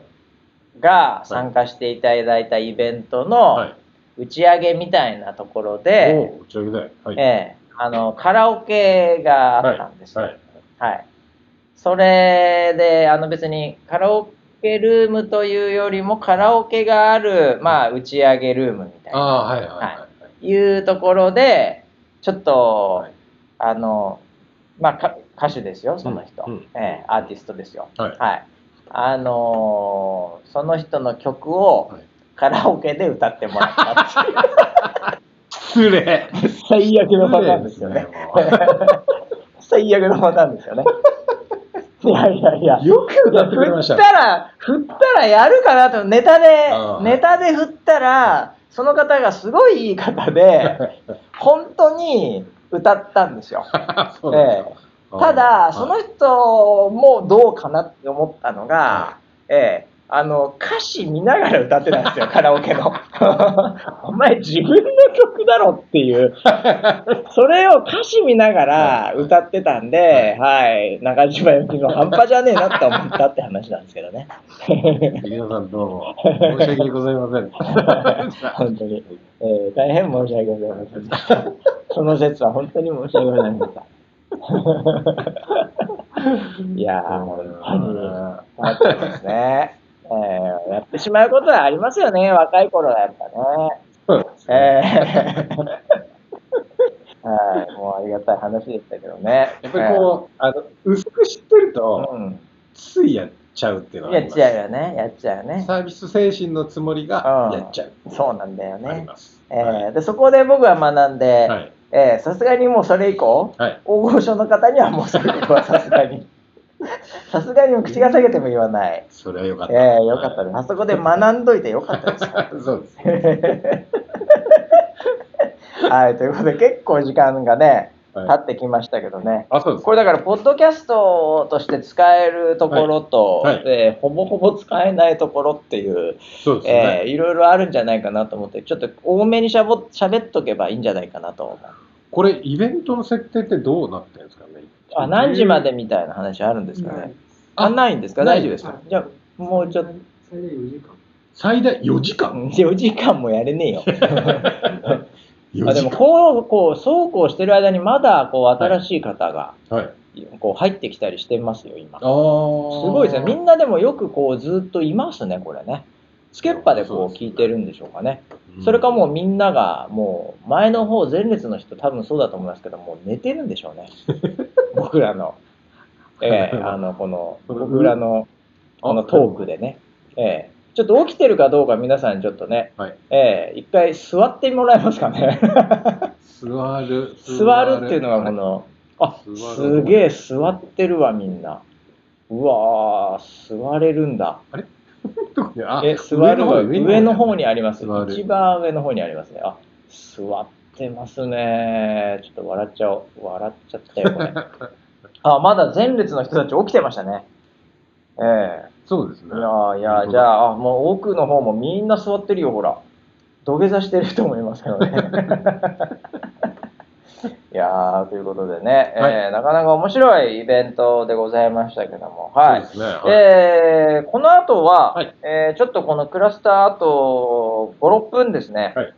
[SPEAKER 1] が参加していただいたイベント
[SPEAKER 2] は
[SPEAKER 1] の
[SPEAKER 2] い。
[SPEAKER 1] 打ち上げみたいなところ
[SPEAKER 2] お
[SPEAKER 1] で、
[SPEAKER 2] う打ち上げだよ。はい。
[SPEAKER 1] ええあのカラオケがあったんですよ。
[SPEAKER 2] は
[SPEAKER 1] はい
[SPEAKER 2] い。
[SPEAKER 1] それであの別にカラオケルームというよりもカラオケがある、まあ、打ち上げルームみたい
[SPEAKER 2] あ
[SPEAKER 1] な
[SPEAKER 2] あ、はいはいはい。
[SPEAKER 1] いうところでちょっと、
[SPEAKER 2] はい
[SPEAKER 1] あのまあか歌手ですよその人、
[SPEAKER 2] うんうん
[SPEAKER 1] ええアーティストですよ
[SPEAKER 2] はい
[SPEAKER 1] はいあのーその人の曲を
[SPEAKER 2] はい
[SPEAKER 1] カラオケで歌ってもらった っていう
[SPEAKER 2] 失礼
[SPEAKER 1] 最悪のパターン
[SPEAKER 2] 失礼
[SPEAKER 1] で
[SPEAKER 2] ですす
[SPEAKER 1] よ
[SPEAKER 2] ね
[SPEAKER 1] ね。最悪のパターンですよねいやいやいや
[SPEAKER 2] よく歌ってくれまし
[SPEAKER 1] 振
[SPEAKER 2] た
[SPEAKER 1] っ
[SPEAKER 2] ね。
[SPEAKER 1] たら、振ったらやるかなと、ネタ
[SPEAKER 2] ああ
[SPEAKER 1] で、ネタで振ったら、その方がすごいいい方 で、本当に歌ったんですよ。
[SPEAKER 2] そうなんですか
[SPEAKER 1] えただ、そ、
[SPEAKER 2] あ
[SPEAKER 1] の人もどうかなって思ったのが
[SPEAKER 2] は、
[SPEAKER 1] ええあの歌詞見ながら歌ってたん ですよ、カラオケの。 お前自分の曲だろって いう。それを歌詞見ながら歌ってたんで、はい、中島由紀の半端じゃねえなって思ったって話なんですけどね。
[SPEAKER 2] ー皆さんどうも。申し訳ございま せん。
[SPEAKER 1] 本当に、えー大変申し訳ございませんでした。その説は本当に申し訳ございませんでした。 いやー、本当に。あそうですね。えーやってしまうことはありますよね、若い頃はやっぱ
[SPEAKER 2] そうですね
[SPEAKER 1] ね。え ーはい、もうありがたい話でしたけどね。
[SPEAKER 2] やっぱりこう、あの、薄く知ってる
[SPEAKER 1] う
[SPEAKER 2] と、
[SPEAKER 1] ん、
[SPEAKER 2] ついやっちゃうっていうのはあ
[SPEAKER 1] や
[SPEAKER 2] り
[SPEAKER 1] っ
[SPEAKER 2] ます
[SPEAKER 1] ちゃうよね、やっちゃうよね。
[SPEAKER 2] サービス精神のつもりが
[SPEAKER 1] うん
[SPEAKER 2] やっちゃう。
[SPEAKER 1] そうなんだよね。
[SPEAKER 2] あります。
[SPEAKER 1] えーでそこで僕は学んで、
[SPEAKER 2] はい。
[SPEAKER 1] えーさすがにもうそれ以降、
[SPEAKER 2] はい。
[SPEAKER 1] 大御所の方にはもうそういうことはさすが に、さすがに口が裂けても言わない。
[SPEAKER 2] それはよかっ
[SPEAKER 1] え
[SPEAKER 2] た。
[SPEAKER 1] ー、よかったです。あそこで学んどいてよか ったです。
[SPEAKER 2] す。そうです。
[SPEAKER 1] はい、ということで結構時間がね、
[SPEAKER 2] はい
[SPEAKER 1] 経ってきましたけどね。
[SPEAKER 2] あ、そうです
[SPEAKER 1] こ。れだから、ポッドキャストとして使えるところと、
[SPEAKER 2] はいはい
[SPEAKER 1] えーほぼほぼ使えないところっていう、
[SPEAKER 2] そうです
[SPEAKER 1] えー
[SPEAKER 2] ね。
[SPEAKER 1] いろいろあるんじゃないかなと思って、ちょっと多めにしゃぼしゃべっとけばいいんじゃないかなと思う。
[SPEAKER 2] これ、イベントの設定ってどうなってるんですかね。
[SPEAKER 1] あ何時までみたいな話あるんですかね。あ、ないんですか
[SPEAKER 2] ない
[SPEAKER 1] 大丈夫ですか
[SPEAKER 3] はい
[SPEAKER 1] じゃあ、もうちょっと。
[SPEAKER 3] 最大4時間。
[SPEAKER 2] 最大4時間
[SPEAKER 1] 4時間もやれねえよ。
[SPEAKER 2] ?4
[SPEAKER 1] あで
[SPEAKER 2] 時
[SPEAKER 1] も
[SPEAKER 2] 間
[SPEAKER 1] こう、こう、そうこうしてる間にまだ、こう、新しい方が、
[SPEAKER 2] はい。
[SPEAKER 1] こう入ってきたりしてますよ、今。
[SPEAKER 2] あ
[SPEAKER 1] す
[SPEAKER 2] あ。すご
[SPEAKER 1] ごいですね。みんなでもよくこうずっといますね、これね。つけっぱで
[SPEAKER 2] そう
[SPEAKER 1] こ
[SPEAKER 2] で
[SPEAKER 1] う
[SPEAKER 2] すね
[SPEAKER 1] 聞いてるんでしょうかね。それかもうみんながもう前の方、前列の人多分そうだと思いますけど、もう寝てるんでしょう ね。僕らの、ええあの、この、僕らの、このトークでね。ええちょっと起きてるかどうか皆さんちょっとね、
[SPEAKER 2] はい
[SPEAKER 1] ええ一 回座ってもらえますかね。
[SPEAKER 2] 座る。
[SPEAKER 1] 座るっていうのがこの、あすげえ座ってるわみんなうわー座れるんだ
[SPEAKER 2] どこにあ
[SPEAKER 1] え座るわ上の方
[SPEAKER 2] に。
[SPEAKER 1] にあります
[SPEAKER 2] 座る
[SPEAKER 1] 一番上の方にありますねあ座ってますねちょっと笑っちゃおう笑っちゃったよ これあまだ前列の人たち起きてましたねええ
[SPEAKER 2] そうですね。
[SPEAKER 1] いやいや、じゃあ、あもう奥の方もみんな座ってるよ、ほら。土下座してる人もいますけ どね。いやー、ということでね、
[SPEAKER 2] はい
[SPEAKER 1] えーなかなか面白いイベントでございましたけども、
[SPEAKER 2] そ
[SPEAKER 1] は
[SPEAKER 2] う
[SPEAKER 1] い
[SPEAKER 2] で。すね。はい
[SPEAKER 1] えーこの後は、
[SPEAKER 2] はい
[SPEAKER 1] えーちょっとこのクラスターあと5、6分ですね、
[SPEAKER 2] はい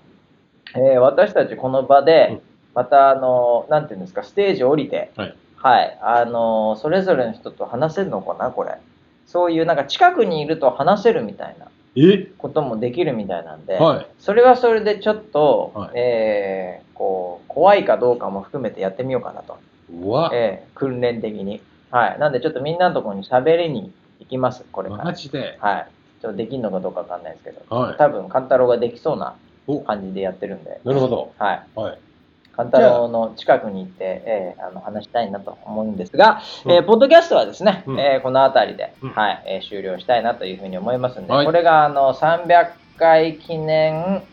[SPEAKER 1] えー私たちこの場で、
[SPEAKER 2] うん
[SPEAKER 1] また、あの、なんていうんですか、ステージ降りて、
[SPEAKER 2] はい
[SPEAKER 1] あの、それぞれの人と話せるのかな、これ。そういう、なんか近くにいると話せるみたいな
[SPEAKER 2] え
[SPEAKER 1] こともできるみたいなんで、
[SPEAKER 2] はい。
[SPEAKER 1] それはそれでちょっと、
[SPEAKER 2] はい
[SPEAKER 1] えーこう、怖いかどうかも含めてやってみようかなと。
[SPEAKER 2] うわ、
[SPEAKER 1] ええ訓練的に。はい。なんで、ちょっとみんなのところに喋りに行きます、これから。
[SPEAKER 2] マジで。
[SPEAKER 1] はい。ちょっとできるのかどうかわかんないですけど、
[SPEAKER 2] は。
[SPEAKER 1] 多分、勘太郎ができそうない
[SPEAKER 2] お、な
[SPEAKER 1] 感じでやってるんで、
[SPEAKER 2] るほど。
[SPEAKER 1] はい。
[SPEAKER 2] はい。
[SPEAKER 1] 勘太郎の近くに行って、ええあの話したいなと思うんですが、
[SPEAKER 2] うん
[SPEAKER 1] えーポッドキャストはですね、
[SPEAKER 2] うん
[SPEAKER 1] えーこの辺りで、
[SPEAKER 2] うん
[SPEAKER 1] はいえー終了したいなというふうに思いますんで、
[SPEAKER 2] はい
[SPEAKER 1] これがあの300回記念
[SPEAKER 2] うん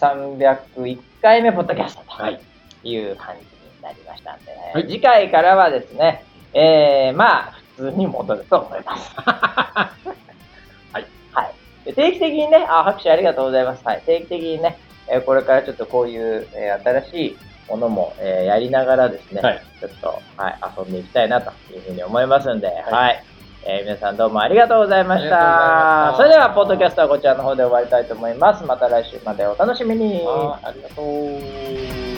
[SPEAKER 1] 301回目ポッドキャストと。
[SPEAKER 2] はい。
[SPEAKER 1] いう感じになりましたんで、ね
[SPEAKER 2] はい
[SPEAKER 1] 次回からはですね、えー、まあ、普通に戻ると思います。はい。はい。で定期的にね、あ、拍手ありがとうございます。はい。定期的にね、えーこれからちょっとこういう、えー新しいものも、えーやりながらですね、
[SPEAKER 2] はい
[SPEAKER 1] ちょっと、はい、遊んでいきたいなというふうに思いますんで、はい。えー皆さんどうもありがとうございま
[SPEAKER 4] あ
[SPEAKER 1] した。
[SPEAKER 4] りがとうございました
[SPEAKER 1] それでは、ポッドキャストはこちらの方で終わりたいと思います。また来週までお楽しみに。
[SPEAKER 4] あーありがとう。